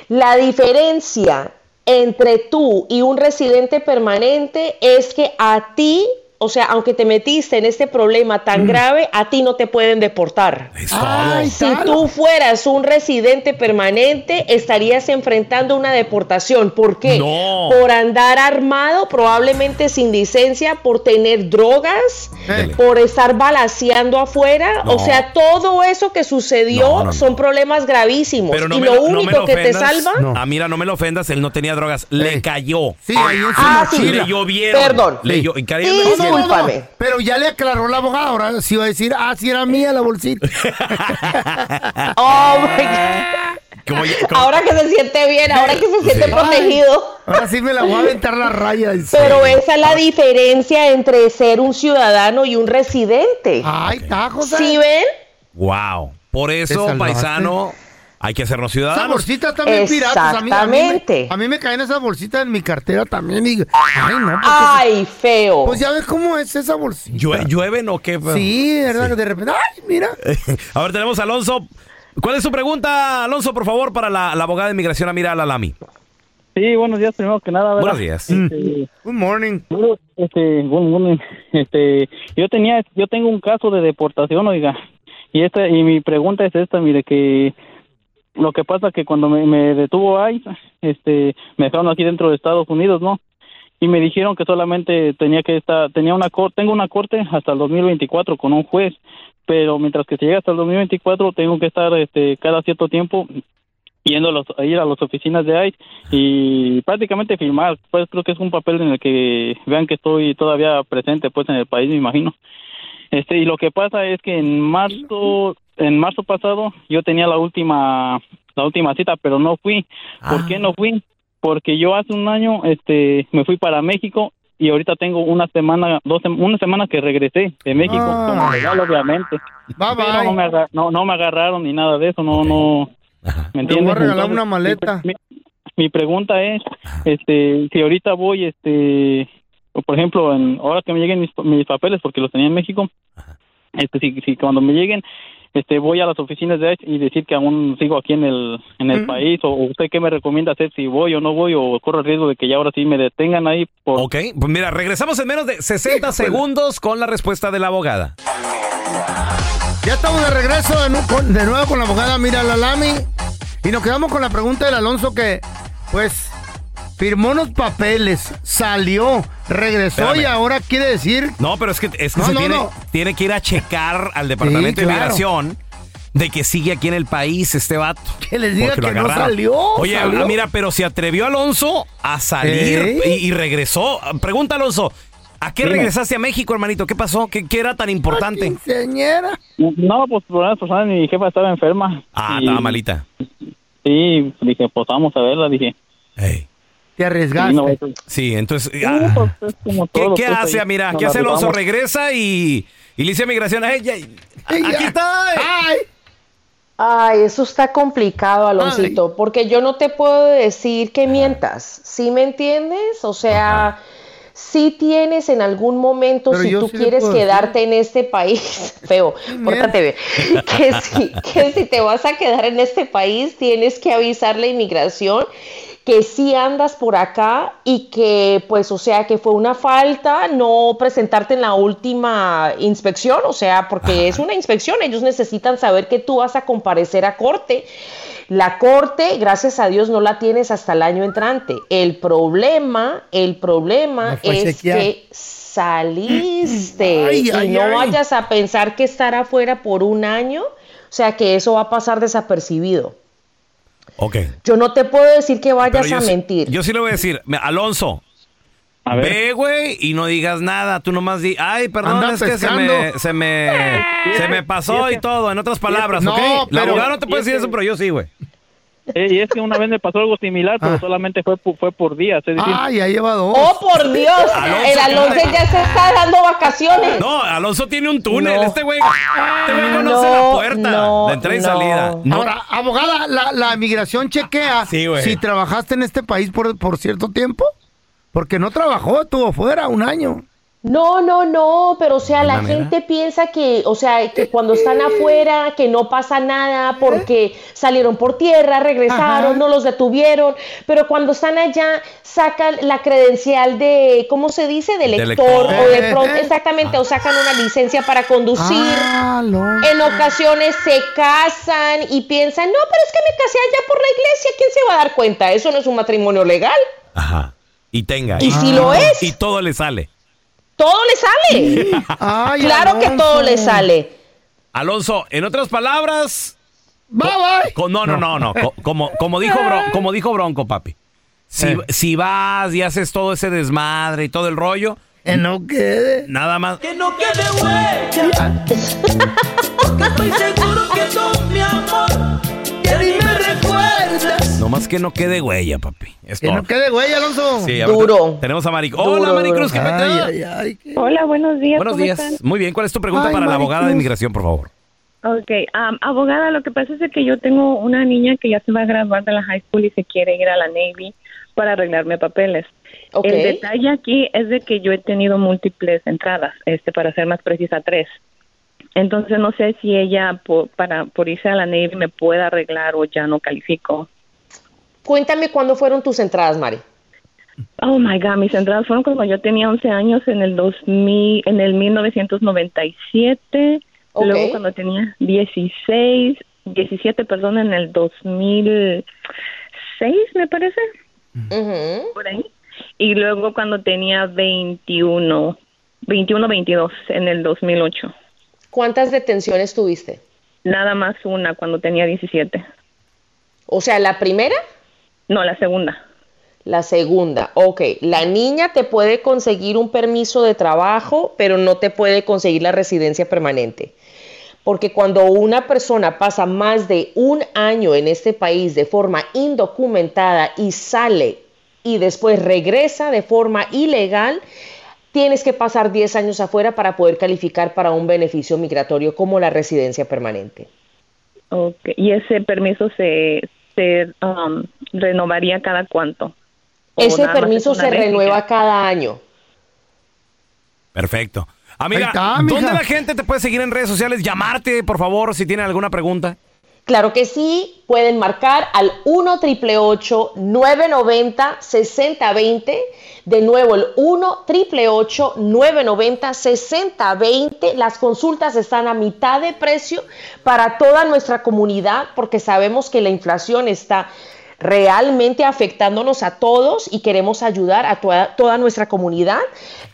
Speaker 6: La diferencia entre tú y un residente permanente es que a ti, o sea, aunque te metiste en este problema tan grave, a ti no te pueden deportar. si tú fueras un residente permanente, estarías enfrentando una deportación. ¿Por qué?
Speaker 14: No.
Speaker 6: Por andar armado, probablemente sin licencia, por tener drogas,
Speaker 14: Dele.
Speaker 6: por estar balaseando afuera.
Speaker 1: No.
Speaker 6: O sea, todo eso que sucedió
Speaker 1: No, no, no.
Speaker 6: son problemas gravísimos.
Speaker 1: Pero no
Speaker 6: Pues, y
Speaker 1: me
Speaker 6: lo
Speaker 1: no me
Speaker 6: único que te
Speaker 1: ofendas.
Speaker 6: salva...
Speaker 1: Ah, mira, no me lo ofendas, él no tenía drogas. Le cayó.
Speaker 2: Eh. Sí, ahí en su
Speaker 1: ah, sí.
Speaker 2: mochila.
Speaker 1: Le llovieron.
Speaker 2: Perdón.
Speaker 1: Le llo- y Karina-
Speaker 2: No, no, no, no.
Speaker 1: Discúlpame.
Speaker 2: Pero ya le aclaró la abogada. Ahora sí va a decir, ah, sí era mía la bolsita.
Speaker 6: Oh, my God. Ahora que se siente bien, ahora que se siente
Speaker 2: Sí.
Speaker 6: protegido.
Speaker 2: Ay, ahora sí me la voy a aventar la raya. en serio.
Speaker 6: Pero esa es la diferencia entre ser un ciudadano y un residente.
Speaker 2: Ay,
Speaker 6: ¿Sí ven?
Speaker 1: Wow. Por eso,
Speaker 2: salvaste.
Speaker 1: paisano, hay que hacernos
Speaker 2: Esas
Speaker 1: ciudadanos.
Speaker 2: bolsitas también piratas. A mí, a, mí me,
Speaker 1: Exactamente.
Speaker 2: a mí me caen esas bolsitas en mi cartera también. Y, ay, no. porque-
Speaker 6: Ay, feo.
Speaker 2: Pues ya ves cómo es esa bolsita.
Speaker 1: Llue- ¿Llueven o qué?
Speaker 2: Sí, ¿verdad? De repente, ay, mira.
Speaker 1: A ver, tenemos a Alonso. ¿Cuál es su pregunta, Alonso, por favor, para la, la abogada de inmigración Amira Alalami?
Speaker 15: Sí, buenos días, primero que nada. ¿verdad?
Speaker 1: Buenos días.
Speaker 15: Este,
Speaker 2: Mm. Good morning.
Speaker 15: Este, good morning. Este, yo tenía, yo tengo un caso de deportación, oiga, y esta, y mi pregunta es esta, mire que lo que pasa que cuando me, me detuvo ahí, este, me dejaron aquí dentro de Estados Unidos, ¿no? Y me dijeron que solamente tenía que estar, tenía una corte, tengo una corte hasta el 2024 con un juez, pero mientras que se llega hasta el 2024 tengo que estar, este, cada cierto tiempo yendo a, los- a ir a las oficinas de ICE y prácticamente firmar, pues creo que es un papel en el que vean que estoy todavía presente pues en el país, me imagino. Este, y lo que pasa es que en marzo, en marzo pasado yo tenía la última la última cita, pero no fui. ¿Por qué
Speaker 2: Ah.
Speaker 15: no fui? Porque yo hace un año este me fui para México y ahorita tengo una semana, dos sem- una semana que regresé de México,
Speaker 2: Ah.
Speaker 15: como legal, obviamente. Pero
Speaker 2: bye.
Speaker 15: No, me agar- no, no me agarraron ni nada de eso, no, no. ¿Me
Speaker 2: Te voy a
Speaker 15: entiendes?
Speaker 2: regalar
Speaker 15: Entonces,
Speaker 2: una maleta.
Speaker 15: mi, mi pregunta es, este, si ahorita voy, este, o por ejemplo, en, ahora que me lleguen mis, mis papeles, porque los tenía en México, este, si, si cuando me lleguen, este, voy a las oficinas de ICE y decir que aún sigo aquí en el, en el país, o usted qué me recomienda hacer, si voy o no voy, o corro el riesgo de que ya ahora sí me detengan ahí. Por...
Speaker 1: Ok, pues mira, regresamos en menos de 60 segundos con la respuesta de la abogada.
Speaker 2: Ya estamos de regreso de, nu- con- de nuevo con la abogada Mira Lalami. Y nos quedamos con la pregunta del Alonso que, pues, firmó unos papeles, salió, regresó
Speaker 1: Espérame.
Speaker 2: y ahora quiere decir.
Speaker 1: No, pero es que, es que
Speaker 2: No,
Speaker 1: se
Speaker 2: no,
Speaker 1: tiene,
Speaker 2: no.
Speaker 1: tiene que ir a checar al Departamento
Speaker 2: Sí,
Speaker 1: de
Speaker 2: claro.
Speaker 1: Inmigración de que sigue aquí en el país este vato.
Speaker 2: Que les diga que no salió,
Speaker 1: Oye, ah,
Speaker 2: salió.
Speaker 1: mira, pero se atrevió Alonso a salir
Speaker 2: ¿Eh?
Speaker 1: y, y regresó. Pregunta, Alonso, ¿a qué
Speaker 2: Dime.
Speaker 1: regresaste a México, hermanito? ¿Qué pasó? ¿Qué, qué era tan importante?
Speaker 2: Señora.
Speaker 15: No, pues por una persona mi jefa estaba enferma.
Speaker 1: Ah,
Speaker 15: Y-
Speaker 1: estaba malita.
Speaker 15: Sí, dije, pues vamos a verla, dije.
Speaker 2: Te arriesgaste.
Speaker 15: Sí, no, eso-
Speaker 1: Sí, entonces... ah.
Speaker 15: Sí, pues, es como
Speaker 1: ¿Qué,
Speaker 15: todos los
Speaker 1: qué
Speaker 15: que
Speaker 1: hace?
Speaker 15: ahí
Speaker 1: Mira,
Speaker 15: nos
Speaker 1: ¿qué
Speaker 15: la
Speaker 1: hace Alonso?
Speaker 15: rifamos.
Speaker 1: Regresa y, y le dice a migración, "Ay, ya- aquí está.
Speaker 11: eh.
Speaker 6: Ay, eso está complicado, Aloncito, porque yo no te puedo decir que mientas. ¿Sí me entiendes? O sea, si tienes en algún momento,
Speaker 11: Pero
Speaker 6: si
Speaker 11: yo
Speaker 6: tú
Speaker 11: sí le
Speaker 6: quieres
Speaker 11: puedo decir.
Speaker 6: quedarte en este país, feo, pórtate bien, que si, que si te vas a quedar en este país, tienes que avisar la inmigración que sí andas por acá y que, pues, o sea, que fue una falta no presentarte en la última inspección, o sea, porque es una inspección, ellos necesitan saber que tú vas a comparecer a corte. La corte, gracias a Dios, no la tienes hasta el año entrante. El problema, el problema
Speaker 11: fue a
Speaker 6: es
Speaker 11: chequear.
Speaker 6: que saliste
Speaker 11: Ay,
Speaker 6: y
Speaker 11: ay,
Speaker 6: no
Speaker 11: ay.
Speaker 6: vayas a pensar que estar afuera por un año, o sea, que eso va a pasar desapercibido.
Speaker 1: Ok.
Speaker 6: Yo no te puedo decir que
Speaker 1: Pero
Speaker 6: vayas
Speaker 1: yo,
Speaker 6: a
Speaker 1: sí-
Speaker 6: mentir.
Speaker 1: yo sí le voy a decir, "Me- Alonso, ve, güey, y no digas nada. Tú nomás di, ay, perdón,
Speaker 8: Anda
Speaker 1: es que se
Speaker 8: pescando.
Speaker 1: me, se me, se me pasó y todo, en otras palabras,
Speaker 15: No,
Speaker 1: ¿ok? La
Speaker 15: pero-
Speaker 1: abogada no te puede decir eso, pero yo sí, güey.
Speaker 15: Eh, y es que una vez me pasó algo similar, pero solamente fue, por- fue por días. Es decir,
Speaker 2: ah, ya lleva dos.
Speaker 6: Oh, por Dios,
Speaker 15: Alonso,
Speaker 6: el Alonso
Speaker 15: ¿cómo te-
Speaker 6: ya se está dando vacaciones.
Speaker 1: No, Alonso tiene un túnel,
Speaker 6: No.
Speaker 1: este güey. Este güey conoce
Speaker 6: No,
Speaker 1: la puerta,
Speaker 6: no,
Speaker 1: la entrada y
Speaker 6: no.
Speaker 1: salida. No,
Speaker 2: Ahora, abogada, la, la migración chequea
Speaker 1: güey.
Speaker 2: si trabajaste en este país por, por cierto tiempo. Porque no trabajó, estuvo fuera un año.
Speaker 6: No, no, no, pero o sea, la
Speaker 2: manera?
Speaker 6: gente piensa que, o sea, que cuando están afuera, que no pasa nada porque salieron por tierra, regresaron, no los detuvieron, pero cuando están allá sacan la credencial de, ¿cómo se dice? De
Speaker 11: De
Speaker 6: lector
Speaker 11: lector.
Speaker 6: o de pro-
Speaker 11: Ajá.
Speaker 6: exactamente, o sacan una licencia para conducir.
Speaker 11: Ah,
Speaker 6: En ocasiones se casan y piensan, no, pero es que me casé allá por la iglesia, ¿quién se va a dar cuenta? Eso no es un matrimonio legal.
Speaker 1: Ajá. Y tenga.
Speaker 6: ¿Y si lo es?
Speaker 1: Y todo le sale.
Speaker 6: Todo le sale.
Speaker 2: Ay,
Speaker 6: claro que todo le
Speaker 1: Alonso.
Speaker 6: sale.
Speaker 1: Alonso, en otras palabras. co- no, no, no, no. co- como, como, dijo Bron- como dijo Bronco, papi. Si,
Speaker 2: Eh.
Speaker 1: si vas y haces todo ese desmadre y todo el rollo.
Speaker 2: Que no quede.
Speaker 1: Nada más.
Speaker 11: Que no quede huella. Porque estoy seguro que tú, mi amor, que ni me recuerdas.
Speaker 1: Nomás que no quede huella, papi. Es
Speaker 2: Que
Speaker 1: todo.
Speaker 2: no quede güey, Alonso.
Speaker 1: Sí, a ver,
Speaker 2: Duro.
Speaker 1: Tenemos a Maric. Hola,
Speaker 2: Duro,
Speaker 1: Maricruz, ¿qué
Speaker 2: duro.
Speaker 1: tal?
Speaker 2: Ay,
Speaker 7: Hola, buenos días.
Speaker 1: Buenos
Speaker 7: ¿cómo
Speaker 1: días.
Speaker 7: están?
Speaker 1: Muy bien. ¿Cuál es tu pregunta
Speaker 7: Ay,
Speaker 1: para la abogada de
Speaker 7: Maricruz.
Speaker 1: inmigración, por favor?
Speaker 7: Ok, am, abogada, lo que pasa es de que yo tengo una niña que ya se va a graduar de la high school y se quiere ir a la Navy para arreglarme papeles.
Speaker 6: Ok.
Speaker 7: El detalle aquí es de que yo he tenido múltiples entradas, este, para ser más precisa, tres. Entonces no sé si ella por, para, por irse a la Navy me puede arreglar o ya no califico.
Speaker 6: Cuéntame cuándo fueron tus entradas, Mari.
Speaker 7: Oh my God, mis entradas fueron cuando yo tenía 11 años en el 2000, en el 1997,
Speaker 6: Ok.
Speaker 7: luego cuando tenía 16, 17, perdón, en el 2006, me parece, por ahí. Y luego cuando tenía 21, 21, 22 en el 2008.
Speaker 6: ¿Cuántas detenciones tuviste?
Speaker 7: Nada más una cuando tenía 17.
Speaker 6: O sea, la primera.
Speaker 7: No, la segunda.
Speaker 6: La segunda, ok. La niña te puede conseguir un permiso de trabajo, pero no te puede conseguir la residencia permanente. Porque cuando una persona pasa más de un año en este país de forma indocumentada y sale y después regresa de forma ilegal, tienes que pasar 10 años afuera para poder calificar para un beneficio migratorio como la residencia permanente.
Speaker 7: Okay. ¿Y ese permiso se, se um, renovaría cada cuánto? ¿O
Speaker 6: Ese
Speaker 7: nada más
Speaker 6: permiso
Speaker 7: es una
Speaker 6: se
Speaker 7: vez y
Speaker 6: renueva cada año.
Speaker 1: Perfecto. Amiga,
Speaker 6: Ahí está, mija.
Speaker 1: ¿dónde la gente te puede seguir en redes sociales? Llamarte, por favor, si tiene alguna pregunta.
Speaker 6: Claro que sí, pueden marcar al 1 triple 990 6020. De nuevo, el 1 triple 990 6020. Las consultas están a mitad de precio para toda nuestra comunidad porque sabemos que la inflación está realmente afectándonos a todos y queremos ayudar a toda, toda nuestra comunidad.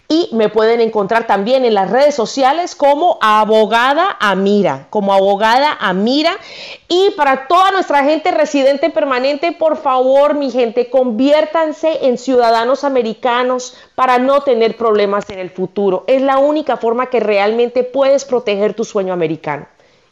Speaker 6: Y me pueden encontrar también en las redes sociales como abogada Amira, como abogada Amira. Y para toda nuestra gente residente permanente, por favor, mi gente, conviértanse en ciudadanos americanos para no tener problemas en el futuro. Es la única forma que realmente puedes proteger tu sueño americano.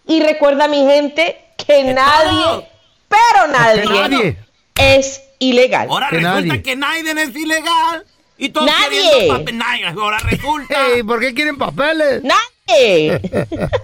Speaker 6: Y recuerda, mi gente, que nadie, pero nadie,
Speaker 8: nadie.
Speaker 6: es ilegal.
Speaker 8: Ahora resulta que Naiden es ilegal. Y todos
Speaker 6: Nadie.
Speaker 8: queriendo papel. Nadie, Ahora resulta.
Speaker 2: ¿Por qué quieren papeles?
Speaker 6: ¡Nadie!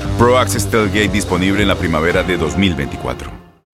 Speaker 9: Pro Access Tailgate disponible en la primavera de 2024.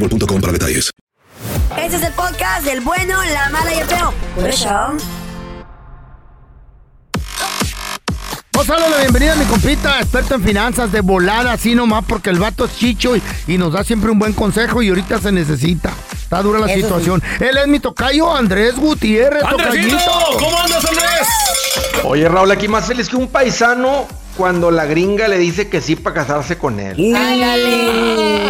Speaker 16: para detalles.
Speaker 17: Este es el podcast del bueno, la mala y el feo. Por eso.
Speaker 2: Vamos a darle la bienvenida a mi compita, experto en finanzas de volada, así nomás, porque el vato es chicho y, y nos da siempre un buen consejo y ahorita se necesita. Está dura la
Speaker 11: Eso sí.
Speaker 2: situación. Él es mi tocayo, Andrés Gutiérrez,
Speaker 11: ¡Andresito!
Speaker 2: tocayito.
Speaker 11: ¿Cómo andas, Andrés?
Speaker 13: Oye, Raúl, aquí más feliz que un paisano cuando la gringa le dice que sí para casarse con él.
Speaker 17: Ándale.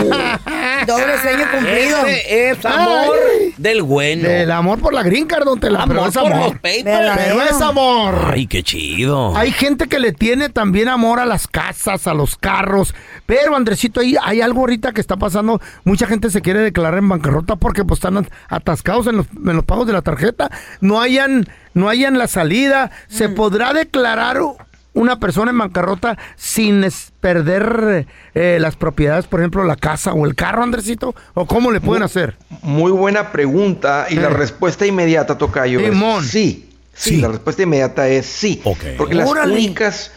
Speaker 17: Doble sueño cumplido.
Speaker 8: Ese es amor del bueno.
Speaker 2: El amor por la green card, don Tela, pero
Speaker 8: Amor
Speaker 2: es
Speaker 8: por
Speaker 2: amor.
Speaker 8: los papers.
Speaker 2: Pero es amor.
Speaker 1: Ay, qué chido.
Speaker 2: Hay gente que le tiene también amor a las casas, a los carros. Pero, Andresito, ahí hay algo ahorita que está pasando. Mucha gente se quiere declarar en bancarrota porque pues, están atascados en los, en los pagos de la tarjeta. No hayan, no hayan la salida. ¿Se podrá declarar u- una persona en bancarrota sin es- perder eh, las propiedades, por ejemplo, la casa o el carro, Andresito? ¿O cómo le pueden hacer?
Speaker 13: Muy buena pregunta y la respuesta inmediata, Tocayo, es sí. Sí, la respuesta inmediata es sí. Porque las
Speaker 11: Órale.
Speaker 13: únicas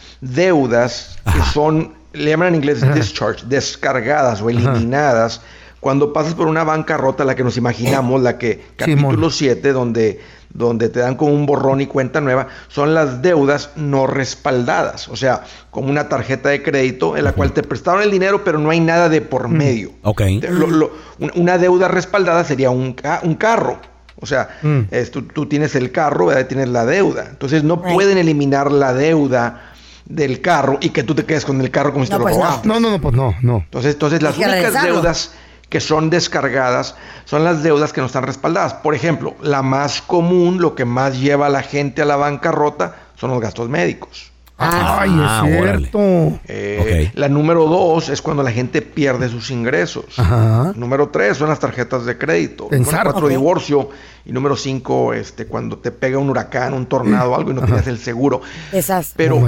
Speaker 13: deudas que son, le llaman en inglés discharge, descargadas o eliminadas, cuando pasas por una bancarrota, la que nos imaginamos, la que capítulo 7, donde, donde te dan como un borrón y cuenta nueva, son las deudas no respaldadas. O sea, como una tarjeta de crédito en la cual te prestaron el dinero, pero no hay nada de por medio.
Speaker 1: Ok.
Speaker 13: Te- lo- lo- un- una deuda respaldada sería un, ca- un carro. O sea, es, tú, tú tienes el carro, ¿verdad? tienes la deuda. Entonces no pueden eliminar la deuda del carro y que tú te quedes con el carro como si te lo robaste.
Speaker 2: no, no, no, pues no, no.
Speaker 13: Entonces, entonces las
Speaker 2: Hay que
Speaker 13: únicas
Speaker 2: regresarlo.
Speaker 13: deudas que son descargadas son las deudas que no están respaldadas. Por ejemplo, la más común, lo que más lleva a la gente a la bancarrota son los gastos médicos.
Speaker 2: Ay,
Speaker 13: Ah,
Speaker 2: es
Speaker 13: órale.
Speaker 2: cierto.
Speaker 13: Eh, La número dos es cuando la gente pierde sus ingresos. Número tres son las tarjetas de crédito.
Speaker 2: Pensar.
Speaker 13: número cuatro,
Speaker 2: Ok.
Speaker 13: divorcio. Y número cinco, este, cuando te pega un huracán, un tornado, algo y no tienes el seguro.
Speaker 17: Esas.
Speaker 13: Pero,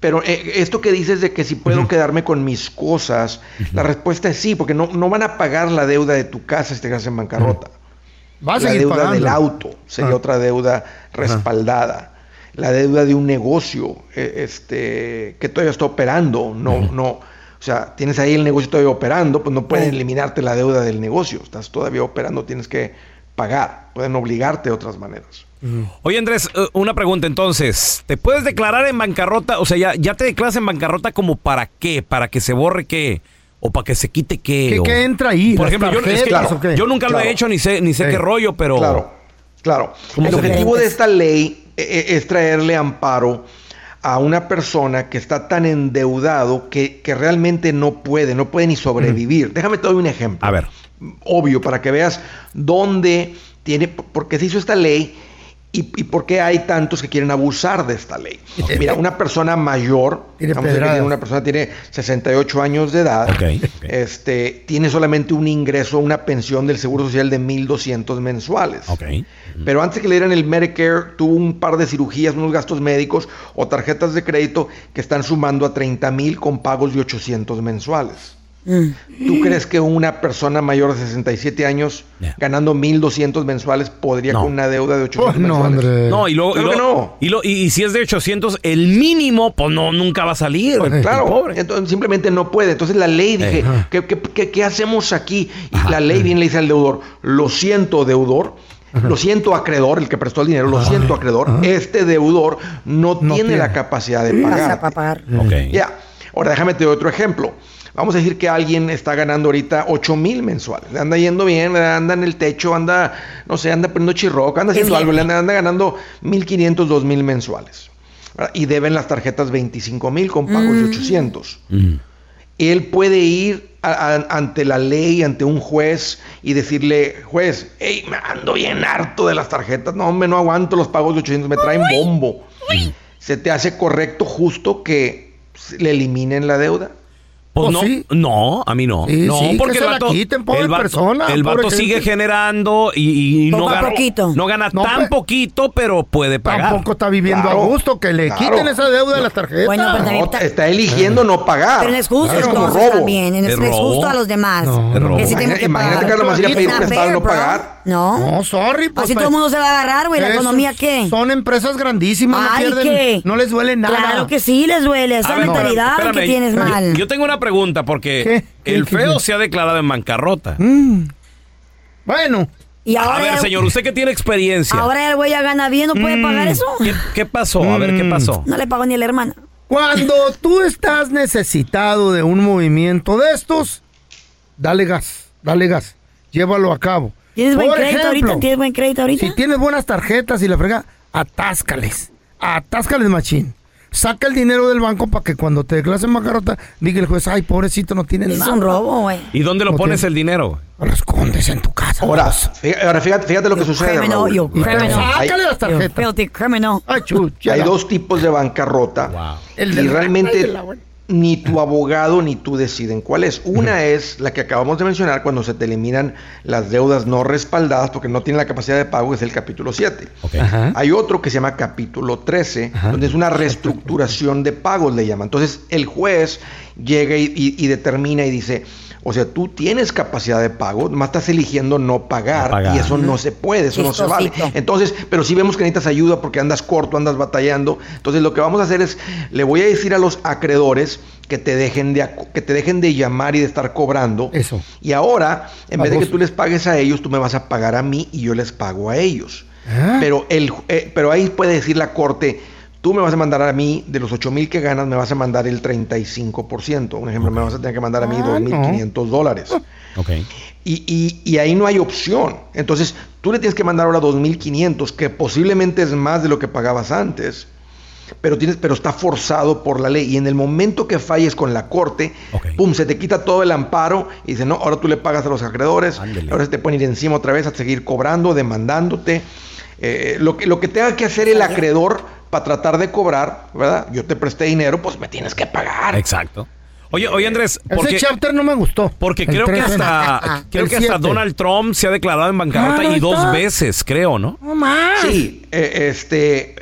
Speaker 13: pero eh, esto que dices de que si puedo quedarme con mis cosas, la respuesta es sí, porque no, no van a pagar la deuda de tu casa si te quedas en bancarrota.
Speaker 2: Va a
Speaker 13: la
Speaker 2: seguir
Speaker 13: deuda
Speaker 2: pagando.
Speaker 13: del auto sería
Speaker 2: Ah.
Speaker 13: otra deuda respaldada. La deuda de un negocio eh, este, que todavía está operando, no, no. O sea, tienes ahí el negocio todavía operando, pues no pueden eliminarte la deuda del negocio. Estás todavía operando, tienes que pagar. Pueden obligarte de otras maneras.
Speaker 1: Oye, Andrés, eh, una pregunta entonces. ¿Te puedes declarar en bancarrota? O sea, ya, ya te declaras en bancarrota como para qué? ¿Para que se borre qué? ¿O para que se quite qué?
Speaker 2: ¿Qué,
Speaker 1: ¿O-
Speaker 2: qué entra ahí?
Speaker 1: Por
Speaker 2: ¿Las
Speaker 1: ejemplo, yo, es que
Speaker 2: tarjetas o qué?
Speaker 1: yo nunca lo
Speaker 2: Claro.
Speaker 1: he hecho ni sé, ni sé
Speaker 2: Sí.
Speaker 1: qué rollo, pero.
Speaker 13: Claro. Claro. El objetivo de esta ley eh, eh, es traerle amparo a una persona que está tan endeudado que, que realmente no puede, no puede ni sobrevivir. Déjame te doy un ejemplo. A ver. Obvio, para que veas dónde tiene, por qué se hizo esta ley y, y por qué hay tantos que quieren abusar de esta ley. Mira, una persona mayor,
Speaker 2: Tiene
Speaker 13: vamos a decir que
Speaker 2: pedradas.
Speaker 13: tiene una persona tiene 68 años de edad, este, tiene solamente un ingreso, una pensión del Seguro Social de 1.200 mensuales. Pero antes que le dieran el Medicare, tuvo un par de cirugías, unos gastos médicos o tarjetas de crédito que están sumando a 30 mil con pagos de 800 mensuales. ¿Tú crees que una persona mayor de 67 años ganando 1.200 mensuales podría con una deuda de 800 mensuales?
Speaker 1: Oh, No, y luego.
Speaker 13: Claro
Speaker 1: y,
Speaker 13: que
Speaker 1: luego-
Speaker 13: no.
Speaker 1: y lo- y- y si es de 800, el mínimo, pues no, nunca va a salir. el
Speaker 13: Pues, Claro,
Speaker 1: pobre.
Speaker 13: entonces simplemente no puede. Entonces la ley dije,
Speaker 1: Eh. Ajá.
Speaker 13: ¿qué, qué, qué- qué hacemos aquí? Y la ley bien le dice al deudor, lo siento deudor, lo siento acreedor, el que prestó el dinero, lo siento acreedor, este deudor no, tiene, la capacidad de pagar.
Speaker 17: Para pagar.
Speaker 13: Ya. Ahora déjame te doy otro ejemplo. Vamos a decir que alguien está ganando ahorita 8 mil mensuales. Le anda yendo bien, le anda en el techo, anda, no sé, anda poniendo chirroca, anda haciendo algo, le anda, anda ganando 1.500, 2.000 mensuales. ¿verdad? Y deben las tarjetas 25 mil con pagos de 800. Él puede ir a- a- ante la ley, ante un juez y decirle, juez, hey, me ando bien harto de las tarjetas. No, hombre, no aguanto los pagos de 800, me traen bombo. ¿Se te hace correcto, justo que le eliminen la deuda?
Speaker 1: Pues no, no, a mí no.
Speaker 13: Sí,
Speaker 1: no,
Speaker 13: sí, que
Speaker 1: porque
Speaker 13: se
Speaker 1: el
Speaker 13: la
Speaker 1: vato,
Speaker 13: quiten, pobre
Speaker 1: el vato-
Speaker 13: persona,
Speaker 1: el
Speaker 13: pobre
Speaker 1: vato sigue
Speaker 13: gente. pues.
Speaker 1: generando y, y no
Speaker 2: Poco a
Speaker 1: gana,
Speaker 2: poquito.
Speaker 1: no gana
Speaker 2: No,
Speaker 1: tan
Speaker 2: pe-
Speaker 1: poquito, pero puede pagar.
Speaker 2: Tampoco está viviendo
Speaker 1: Claro.
Speaker 2: a gusto, que le
Speaker 1: Claro.
Speaker 2: quiten esa deuda de las tarjetas.
Speaker 17: Bueno, pero también está-
Speaker 13: está eligiendo no pagar.
Speaker 17: Pero no es justo
Speaker 13: Claro.
Speaker 17: entonces
Speaker 13: Como robo.
Speaker 17: también. No es,
Speaker 13: Es
Speaker 17: no es
Speaker 13: robo.
Speaker 17: justo a los demás.
Speaker 13: No, es robo.
Speaker 17: Que sí tienen
Speaker 13: Imagínate-
Speaker 17: que
Speaker 13: imagínate,
Speaker 17: pagar.
Speaker 13: Carlos Macías, pedir
Speaker 17: It's not
Speaker 13: prestado y no
Speaker 17: fair, bro.
Speaker 13: pagar.
Speaker 17: No.
Speaker 2: No, sorry. pues,
Speaker 17: Así todo el
Speaker 2: pues,
Speaker 17: mundo se va a agarrar, güey. La
Speaker 2: esos
Speaker 17: economía, ¿qué?
Speaker 2: Son empresas grandísimas, no
Speaker 17: Ay,
Speaker 2: pierden,
Speaker 17: ¿qué?
Speaker 2: no les duele nada. Ah,
Speaker 17: Claro que sí les duele. Esa
Speaker 1: A ver,
Speaker 17: mentalidad
Speaker 1: espérame,
Speaker 17: que
Speaker 1: espérame,
Speaker 17: tienes
Speaker 1: yo-
Speaker 17: mal.
Speaker 1: Yo tengo una pregunta porque el feo se ha declarado en bancarrota.
Speaker 13: Mm.
Speaker 2: Bueno.
Speaker 17: Y ahora,
Speaker 1: a ver,
Speaker 17: ya-
Speaker 1: señor, usted que tiene experiencia.
Speaker 17: ahora el güey ya gana bien, ¿no puede
Speaker 2: Mm.
Speaker 17: pagar
Speaker 13: Mm.
Speaker 17: eso?
Speaker 1: ¿Qué, qué pasó? A ver, ¿qué pasó?
Speaker 17: No le pagó ni a la hermana.
Speaker 2: Cuando tú estás necesitado de un movimiento de estos, dale gas, dale gas, llévalo a cabo.
Speaker 17: ¿Tienes buen crédito ahorita? ¿Tienes buen crédito ahorita?
Speaker 2: Si tienes buenas tarjetas y la frega, atáscales, atáscales machín. Saca el dinero del banco para que cuando te declares en bancarrota, diga el juez, ay, pobrecito, no tiene nada.
Speaker 17: Es un robo, güey.
Speaker 1: ¿Y dónde lo
Speaker 2: No
Speaker 1: pones el dinero?
Speaker 2: Lo escondes en tu casa. pues.
Speaker 13: Ahora, fíjate, ahora fíjate, fíjate lo que sucede.
Speaker 17: criminal,
Speaker 13: Raúl.
Speaker 17: you criminal.
Speaker 13: Hay,
Speaker 2: Sácale Ah, las tarjetas.
Speaker 17: Filthy criminal.
Speaker 13: hay dos tipos de bancarrota
Speaker 17: El
Speaker 13: y
Speaker 17: del-
Speaker 13: realmente
Speaker 17: el de la-
Speaker 13: ni tu abogado ni tú deciden cuál es. Una es la que acabamos de mencionar cuando se te eliminan las deudas no respaldadas porque no tienen la capacidad de pago, que es el capítulo 7. Hay otro que se llama capítulo 13, donde es una reestructuración de pagos, le llaman. Entonces el juez llega y, y- y determina y dice, o sea, tú tienes capacidad de pago, más estás eligiendo no pagar,
Speaker 1: pagar.
Speaker 13: y eso no se puede, eso no se vale.
Speaker 1: Chistosito.
Speaker 13: Entonces, pero si vemos que necesitas ayuda porque andas corto, andas batallando. Entonces, lo que vamos a hacer es, le voy a decir a los acreedores que te dejen de, ac- que te dejen de llamar y de estar cobrando.
Speaker 2: Eso.
Speaker 13: Y ahora, en vez de que
Speaker 2: Baboso.
Speaker 13: tú les pagues a ellos, tú me vas a pagar a mí y yo les pago a ellos.
Speaker 2: Ah.
Speaker 13: Pero, el, ju- eh, pero ahí puede decir la corte, tú me vas a mandar a mí, de los 8 mil que ganas, me vas a mandar el 35%. Un ejemplo, me vas a tener que mandar a mí
Speaker 2: Ah,
Speaker 13: 2.500 dólares. Y, y- y ahí no hay opción. Entonces, tú le tienes que mandar ahora 2.500, que posiblemente es más de lo que pagabas antes. Pero, tienes, pero está forzado por la ley. Y en el momento que falles con la corte, pum, se te quita todo el amparo y dice, no, ahora tú le pagas a los acreedores, ahora se te pueden ir encima otra vez a seguir cobrando, demandándote. Eh, lo, que, lo que tenga que hacer el acreedor para tratar de cobrar, ¿verdad? Yo te presté dinero, pues me tienes que pagar.
Speaker 1: Exacto. Oye, oye Andrés,
Speaker 2: Ese
Speaker 1: porque,
Speaker 2: chapter no me gustó.
Speaker 1: porque
Speaker 2: El
Speaker 1: creo que
Speaker 2: 13.
Speaker 1: hasta, creo
Speaker 2: El
Speaker 1: que hasta
Speaker 2: siete.
Speaker 1: Donald Trump se ha declarado en bancarrota
Speaker 2: Claro
Speaker 1: y dos
Speaker 2: está.
Speaker 1: veces, creo, ¿no?
Speaker 2: No
Speaker 17: Ah.
Speaker 2: más.
Speaker 13: Sí, eh, este.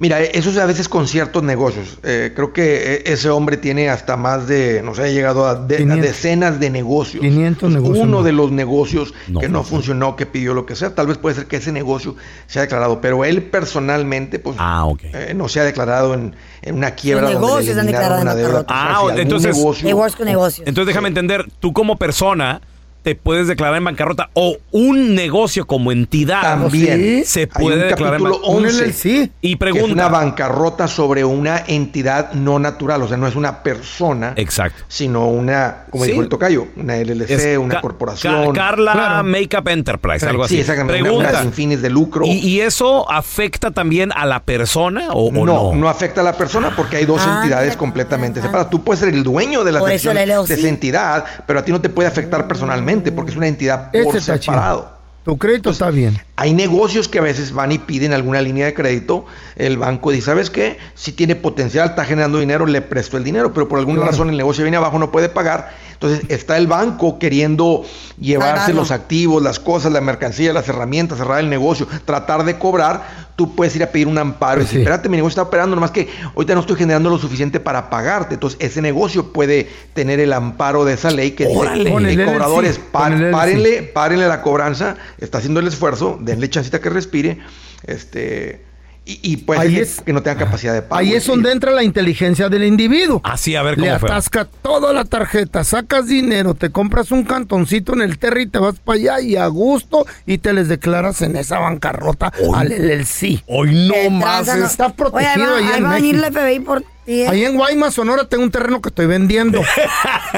Speaker 13: Mira, eso es a veces con ciertos negocios. Eh, creo que eh, ese hombre tiene hasta más de, no sé, ha llegado a, de- a
Speaker 2: 500.
Speaker 13: decenas de negocios.
Speaker 2: 500 negocios.
Speaker 13: Uno
Speaker 2: no.
Speaker 13: de los negocios que no funcionó, que pidió lo que sea. Tal vez puede ser que ese negocio se ha declarado, pero él personalmente, pues, eh, no se ha declarado en, en una quiebra
Speaker 17: Los
Speaker 13: donde
Speaker 17: negocios han
Speaker 13: le han
Speaker 17: declarado
Speaker 13: una
Speaker 17: en
Speaker 13: deuda.
Speaker 17: bancarrota. Ah,
Speaker 13: O sea, si algún
Speaker 1: entonces-
Speaker 13: negocio-
Speaker 17: Negocios con negocios.
Speaker 1: Entonces déjame entender, tú como persona te puedes declarar en bancarrota o un negocio como entidad
Speaker 13: También.
Speaker 1: se
Speaker 13: Ah, Hay un
Speaker 1: puede declarar en
Speaker 13: capítulo
Speaker 1: bancarrota.
Speaker 13: 11
Speaker 1: Y
Speaker 13: que es
Speaker 1: pregunta,
Speaker 13: una bancarrota sobre una entidad no natural, o sea, no es una persona,
Speaker 1: Exacto.
Speaker 13: sino una, como
Speaker 1: Sí.
Speaker 13: dijo el tocayo, una LLC,
Speaker 1: Es
Speaker 13: una
Speaker 1: Ca-
Speaker 13: corporación.
Speaker 1: Ca- Carla
Speaker 13: Claro.
Speaker 1: Makeup Enterprise, algo así.
Speaker 13: Sí, exactamente. una-
Speaker 1: Pregunta,
Speaker 13: una sin fines de lucro.
Speaker 1: ¿y, y eso afecta también a la persona o, o
Speaker 13: no,
Speaker 1: no?
Speaker 13: no, afecta a la persona porque hay dos entidades completamente separadas. Tú puedes ser el dueño de la
Speaker 1: Por eso
Speaker 13: sección
Speaker 1: la LLC.
Speaker 13: de esa entidad, pero a ti no te puede afectar personalmente porque es una entidad por
Speaker 2: Este está chido.
Speaker 13: separado.
Speaker 2: Tu crédito está bien.
Speaker 13: Hay negocios que a veces van y piden alguna línea de crédito. El banco dice, ¿sabes qué? Si tiene potencial, está generando dinero, le presto el dinero, pero por alguna
Speaker 2: Claro.
Speaker 13: razón el negocio viene abajo, no puede pagar. Entonces está el banco queriendo llevarse
Speaker 2: Salvarlo.
Speaker 13: los activos, las cosas, la mercancía, las herramientas, cerrar el negocio, tratar de cobrar. Tú puedes ir a pedir un
Speaker 2: Pues
Speaker 13: amparo y decir, espérate, mi negocio está operando, nomás que ahorita no estoy generando lo suficiente para pagarte. Entonces ese negocio puede tener el amparo de esa ley que
Speaker 2: Órale.
Speaker 13: dice,
Speaker 2: Con el
Speaker 13: "Hey, cobradores,
Speaker 2: LLC,
Speaker 13: pa-
Speaker 2: con el LLC".
Speaker 13: párenle párenle la cobranza, está haciendo el esfuerzo, denle chancita que respire, este, y, y puede
Speaker 2: Ahí
Speaker 13: ser que-
Speaker 2: es- Ah,
Speaker 13: que no tenga capacidad de pago.
Speaker 2: Ahí es donde entra la inteligencia del individuo.
Speaker 1: Así, a ver
Speaker 2: Le
Speaker 1: cómo fue.
Speaker 2: atasca toda la tarjeta, sacas dinero, te compras un cantoncito en el Terry y te vas para allá y a gusto y te les declaras en esa bancarrota al LLC.
Speaker 1: Hoy no
Speaker 2: más. Estás protegido
Speaker 17: Oye, ahí va, ahí
Speaker 2: ahí en
Speaker 17: va a venir
Speaker 2: México.
Speaker 17: la FBI por ti. ¿eh?
Speaker 2: Ahí en Guaymas, Sonora, tengo un terreno que estoy vendiendo.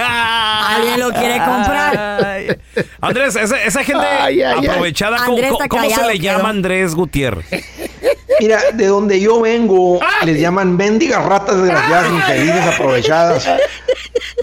Speaker 17: Alguien lo quiere comprar.
Speaker 1: Andrés, esa, esa gente
Speaker 17: Ay, ay, ay.
Speaker 1: aprovechada, ¿cómo,
Speaker 17: Andrés
Speaker 1: cómo-
Speaker 17: está
Speaker 1: cómo se
Speaker 17: callado,
Speaker 1: le llama
Speaker 17: quedó.
Speaker 1: Andrés Gutiérrez?
Speaker 13: Mira, de donde yo vengo, les llaman mendigas ratas desgraciadas, infelices, aprovechadas.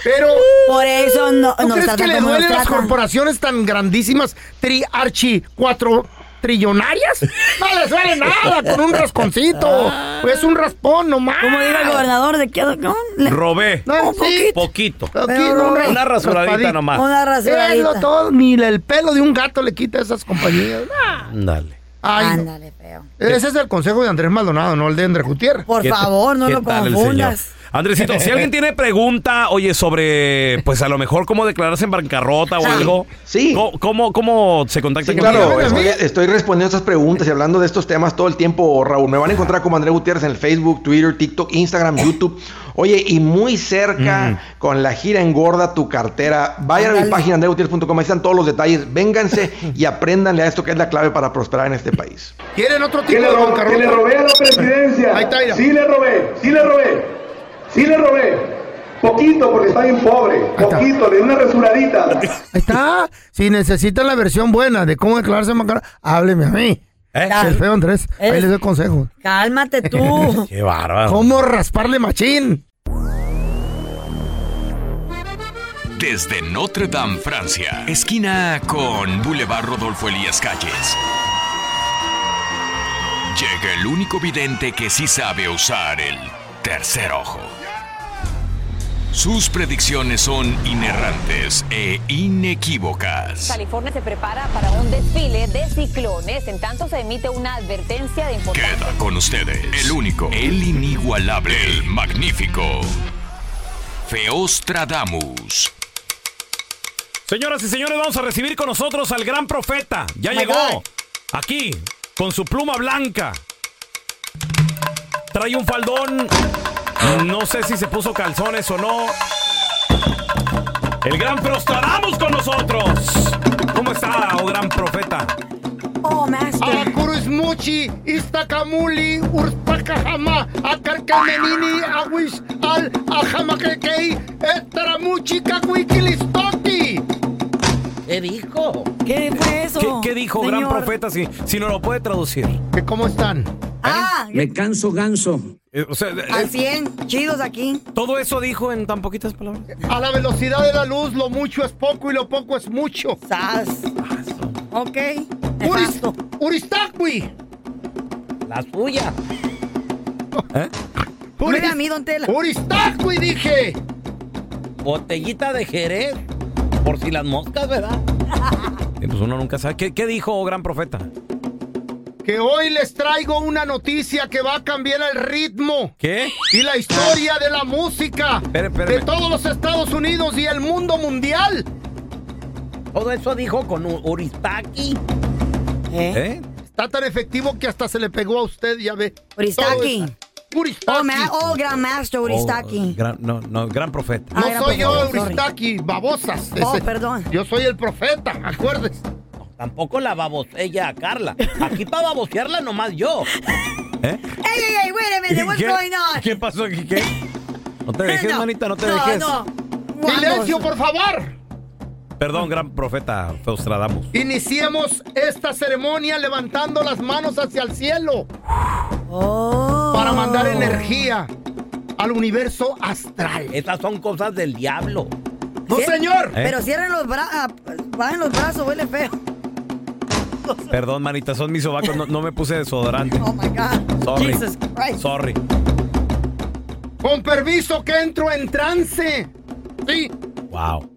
Speaker 2: Pero.
Speaker 17: Por eso no,
Speaker 2: ¿Tú
Speaker 17: nos
Speaker 2: crees
Speaker 17: tratan
Speaker 2: que le
Speaker 17: como nos
Speaker 2: duelen las
Speaker 17: tratan?
Speaker 2: corporaciones tan grandísimas, tri archi cuatro trillonarias? No les duele nada con un rasconcito. Es un raspón nomás.
Speaker 17: Como dijo el gobernador de Quedo, ¿no?
Speaker 1: Robé.
Speaker 2: No, sí.
Speaker 1: Poquito.
Speaker 2: Aquí
Speaker 1: una, rasuradita
Speaker 2: raspadita.
Speaker 1: nomás.
Speaker 2: Es lo todo, ni el pelo de un gato le quita a esas compañías. Nah.
Speaker 1: Ándale.
Speaker 2: Ay, no.
Speaker 17: Ándale, feo.
Speaker 2: Ese es el consejo de Andrés Maldonado, no el de Andrés Gutiérrez.
Speaker 17: Por
Speaker 1: ¿Qué-
Speaker 17: favor, no
Speaker 1: qué
Speaker 17: lo
Speaker 1: tal el
Speaker 17: confundas.
Speaker 1: señor? Andresito, si alguien tiene pregunta, oye, sobre, pues a lo mejor cómo declararse en bancarrota o algo, ¿cómo, cómo, cómo se contacta
Speaker 13: Sí,
Speaker 1: con
Speaker 13: claro,
Speaker 1: ustedes?
Speaker 13: estoy, estoy respondiendo estas preguntas y hablando de estos temas todo el tiempo, Raúl. Me van a encontrar como Andrés Gutiérrez en el Facebook, Twitter, TikTok, Instagram, YouTube. Oye, y muy cerca con la gira Engorda tu cartera. Vayan a mi
Speaker 17: Ándale.
Speaker 13: página andresgutierrez.com, ahí están todos los detalles. Vénganse y apréndanle a esto que es la clave para prosperar en este país.
Speaker 2: ¿Quieren otro
Speaker 13: Que
Speaker 2: tipo
Speaker 13: le
Speaker 2: de
Speaker 13: ro-
Speaker 2: bancarrota?
Speaker 13: que le robé a la
Speaker 14: presidencia.
Speaker 2: Ahí está, mira.
Speaker 14: Sí le robé, sí le robé, sí le robé. Poquito porque está bien pobre. Poquito, le di una resuradita.
Speaker 2: Ahí está. Si necesitan la versión buena de cómo declararse bancarrota, hábleme a mí. El feo Andrés. Ahí
Speaker 17: Eres-
Speaker 2: les doy consejos.
Speaker 17: ¿Eh? Cálmate tú.
Speaker 1: Qué bárbaro.
Speaker 2: ¿Cómo rasparle machín?
Speaker 18: Desde Notre Dame, Francia, esquina con Boulevard Rodolfo Elías Calles. Llega el único vidente que sí sabe usar el tercer ojo. Sus predicciones son inerrantes e inequívocas.
Speaker 19: California se prepara para un desfile de ciclones, en tanto se emite una advertencia de importancia.
Speaker 18: Queda con ustedes el único, el inigualable, el magnífico Feostradamus.
Speaker 1: Señoras y señores, vamos a recibir con nosotros al gran profeta. Ya
Speaker 18: Oh my
Speaker 1: llegó.
Speaker 18: God.
Speaker 1: Aquí, con su pluma blanca. Trae un faldón. No sé si se puso calzones o no. El gran Prostradamus con nosotros. ¿Cómo está, oh gran profeta?
Speaker 2: Oh, master. muchi, istakamuli, urspakahama, akarkamenini, awish, al, ajamakekei, estaramuchi, kakuikilistoti.
Speaker 1: ¿Qué dijo?
Speaker 17: ¿Qué fue eso?
Speaker 1: ¿Qué, dijo, gran
Speaker 17: señor?
Speaker 1: profeta? Si, si no lo puede traducir.
Speaker 2: ¿Cómo están?
Speaker 17: Ah,
Speaker 1: Me canso ganso. Eh, o sea,
Speaker 17: al 100, chidos aquí.
Speaker 1: todo eso dijo en tan poquitas palabras.
Speaker 2: A la velocidad de la luz, lo mucho es poco y lo poco es mucho.
Speaker 17: ¡Sas! Ok.
Speaker 2: Uris, uristakui.
Speaker 1: La suya.
Speaker 17: No me vea a mí, don Tela.
Speaker 2: Uristakui, dije.
Speaker 1: Botellita de Jerez. Por si las moscas, ¿verdad? pues uno nunca sabe. ¿Qué, qué dijo, oh, gran profeta?
Speaker 2: Que hoy les traigo una noticia que va a cambiar el ritmo.
Speaker 1: ¿Qué?
Speaker 2: y la historia de la música
Speaker 1: Espere, espérame.
Speaker 2: de todos los Estados Unidos y el mundo mundial.
Speaker 1: Todo eso dijo con Uristaki. ¿Eh?
Speaker 2: Está tan efectivo que hasta se le pegó a usted, ya ve.
Speaker 17: Uristaki.
Speaker 2: Todo eso. Uristaki.
Speaker 17: Oh, ma- oh, Grand Master Uristaki.
Speaker 1: Oh, Gran, no, no, gran profeta.
Speaker 2: No soy yo,
Speaker 17: Ah, sorry.
Speaker 2: Uristaki, babosas.
Speaker 17: Oh,
Speaker 2: Ese-
Speaker 17: perdón.
Speaker 2: Yo soy el profeta, acuerdes.
Speaker 8: Tampoco la babosella, Carla. Aquí para babosearla nomás yo.
Speaker 17: Hey, hey, hey, wait a minute, what's going on?
Speaker 1: ¿Qué pasó aquí? ¿Qué? No te dejes, manita, no te
Speaker 17: no,
Speaker 1: dejes.
Speaker 17: no.
Speaker 2: Silencio, por favor.
Speaker 1: Perdón, gran profeta Feustradamus.
Speaker 2: Iniciemos esta ceremonia levantando las manos hacia el cielo.
Speaker 17: Oh.
Speaker 2: Para mandar energía al universo astral.
Speaker 8: Estas son cosas del diablo.
Speaker 2: ¡No,
Speaker 1: ¿Eh?
Speaker 2: señor!
Speaker 17: Pero cierren los brazos, bajen los brazos, huele feo.
Speaker 1: Perdón, manita, son mis sobacos. No, no me puse desodorante.
Speaker 17: Oh my God.
Speaker 1: Sorry.
Speaker 17: Jesus Christ.
Speaker 1: Sorry.
Speaker 2: Con permiso que entro en trance. Sí.
Speaker 1: Wow.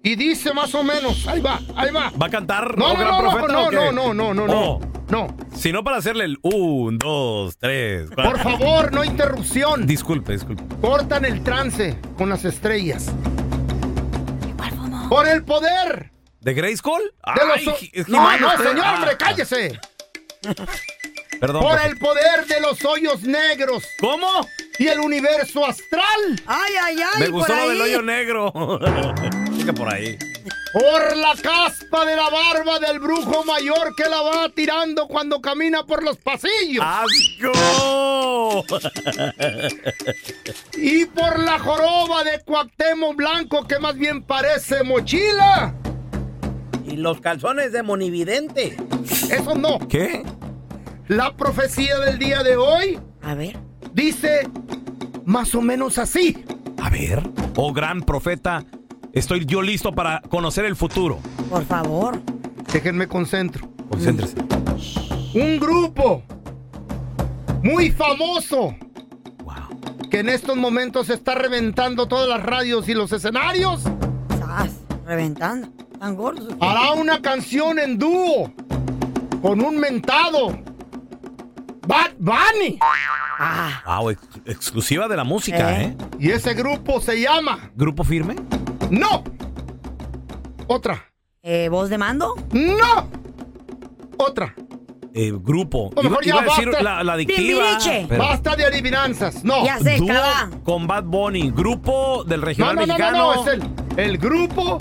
Speaker 2: Y dice más o menos. Ahí va, ahí va.
Speaker 1: ¿Va a cantar?
Speaker 2: No,
Speaker 1: oh,
Speaker 2: no,
Speaker 1: gran
Speaker 2: no, no,
Speaker 1: profeta,
Speaker 2: no,
Speaker 1: o qué?
Speaker 2: no, no, no, no, no.
Speaker 1: Oh,
Speaker 2: No.
Speaker 1: Si no, para hacerle el 1, 2, 3.
Speaker 2: Por favor, no interrupción.
Speaker 1: Disculpe, disculpe.
Speaker 2: Cortan el trance con las estrellas. Por el poder
Speaker 1: ¿De Grace Cole?
Speaker 2: de los.
Speaker 1: Ay, es que
Speaker 2: no,
Speaker 1: mano,
Speaker 2: no,
Speaker 1: usted-
Speaker 2: señor,
Speaker 1: ah,
Speaker 2: hombre, cállese.
Speaker 1: Perdón. pues,
Speaker 2: Por
Speaker 1: profe-
Speaker 2: el poder de los hoyos negros.
Speaker 1: ¿Cómo?
Speaker 2: Y el universo astral.
Speaker 17: Ay, ay, ay.
Speaker 1: Me
Speaker 17: por
Speaker 1: gustó lo
Speaker 17: ahí.
Speaker 1: del hoyo negro. Chica, por ahí.
Speaker 2: Por la caspa de la barba del brujo mayor que la va tirando cuando camina por los pasillos.
Speaker 1: ¡Asco!
Speaker 2: Y por la joroba de Cuauhtémoc Blanco que más bien parece mochila.
Speaker 8: Y los calzones de monividente.
Speaker 2: Eso no.
Speaker 1: ¿Qué?
Speaker 2: La profecía del día de hoy
Speaker 17: A ver.
Speaker 2: dice más o menos así.
Speaker 1: A ver. Oh, gran profeta, estoy yo listo para conocer el futuro.
Speaker 17: Por favor.
Speaker 2: Déjenme concentro.
Speaker 1: Concéntrese.
Speaker 2: Un grupo muy famoso. Que en estos momentos está reventando todas las radios y los escenarios.
Speaker 17: Sas, reventando. Tan gordos.
Speaker 2: hará una canción en dúo con un mentado. Bad Bunny.
Speaker 1: Wow, Ah, ex- exclusiva de la música, ¿eh?
Speaker 2: Ah. Y ese grupo se llama.
Speaker 1: ¿Grupo firme?
Speaker 2: ¡No! Otra.
Speaker 17: Eh, ¿Voz de mando?
Speaker 2: ¡No! Otra.
Speaker 1: Eh, grupo.
Speaker 2: O mejor ya
Speaker 1: a decir
Speaker 2: basta.
Speaker 1: la, la adictiva.
Speaker 17: Timbiriche.
Speaker 1: pero-
Speaker 2: Basta de adivinanzas. No.
Speaker 17: Ya sé,
Speaker 1: Dúo
Speaker 17: cava.
Speaker 1: con Bad Bunny, grupo del
Speaker 2: No,
Speaker 1: regional
Speaker 2: no, no, no,
Speaker 1: mexicano.
Speaker 2: no, Es el, el grupo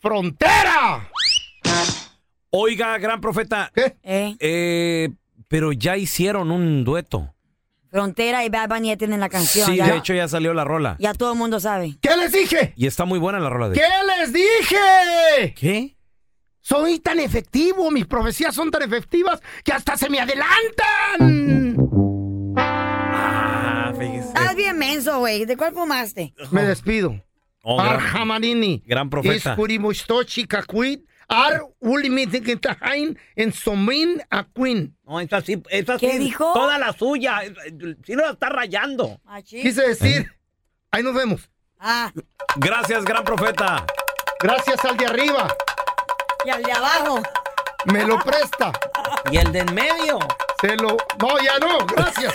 Speaker 2: Frontera.
Speaker 1: Oiga, gran profeta,
Speaker 17: Eh,
Speaker 1: eh, pero ya hicieron un dueto.
Speaker 17: Frontera y Bad Bunny ya tienen la canción.
Speaker 1: sí,
Speaker 17: ya,
Speaker 1: de hecho ya salió la rola.
Speaker 17: ya todo el mundo sabe.
Speaker 2: ¿Qué les dije?
Speaker 1: Y está muy buena la rola de
Speaker 2: ¿Qué les dije?
Speaker 1: ¿Qué?
Speaker 2: Soy tan efectivo, mis profecías son tan efectivas que hasta se me adelantan.
Speaker 1: Ah, fíjese.
Speaker 17: Estás bien menso, güey. ¿De cuál fumaste?
Speaker 2: Me despido.
Speaker 1: Oh, gran-
Speaker 2: Arjamanini.
Speaker 1: gran profeta.
Speaker 2: Iskurimustochi kakuit, Ar ulimitikintahain en somin acuin.
Speaker 8: No, esa sí, esa
Speaker 17: ¿Qué
Speaker 8: sí,
Speaker 17: dijo?
Speaker 8: Toda la suya. Sí lo está rayando.
Speaker 17: Machín.
Speaker 2: Quise decir, ahí nos vemos.
Speaker 17: Ah,
Speaker 1: Gracias, gran profeta.
Speaker 2: Gracias al de arriba.
Speaker 17: y al de abajo.
Speaker 2: Me lo presta.
Speaker 8: Y el de en medio.
Speaker 2: Se lo. No, ya no. Gracias.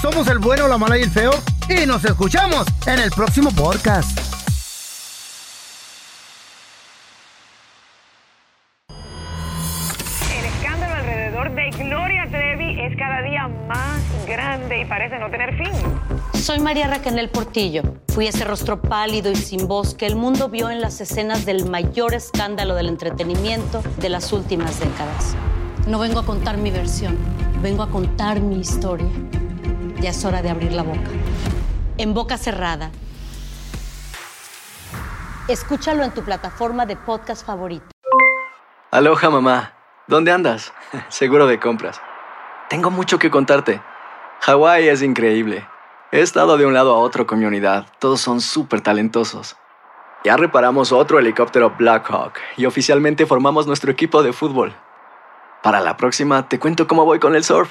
Speaker 2: Somos el bueno, la mala y el feo. Y nos escuchamos en el próximo podcast.
Speaker 20: El escándalo alrededor de Gloria Trevi es cada día más grande y parece no tener fin.
Speaker 21: Soy María Raquel Portillo. Fui ese rostro pálido y sin voz que el mundo vio en las escenas del mayor escándalo del entretenimiento de las últimas décadas. No vengo a contar mi versión, vengo a contar mi historia. Ya es hora de abrir la boca. En boca cerrada. Escúchalo en tu plataforma de podcast favorita.
Speaker 22: Aloha mamá, ¿dónde andas? Seguro de compras. Tengo mucho que contarte. Hawái es increíble. He estado de un lado a otro con mi unidad. Todos son súper talentosos. Ya reparamos otro helicóptero Blackhawk y oficialmente formamos nuestro equipo de fútbol. Para la próxima te cuento cómo voy con el surf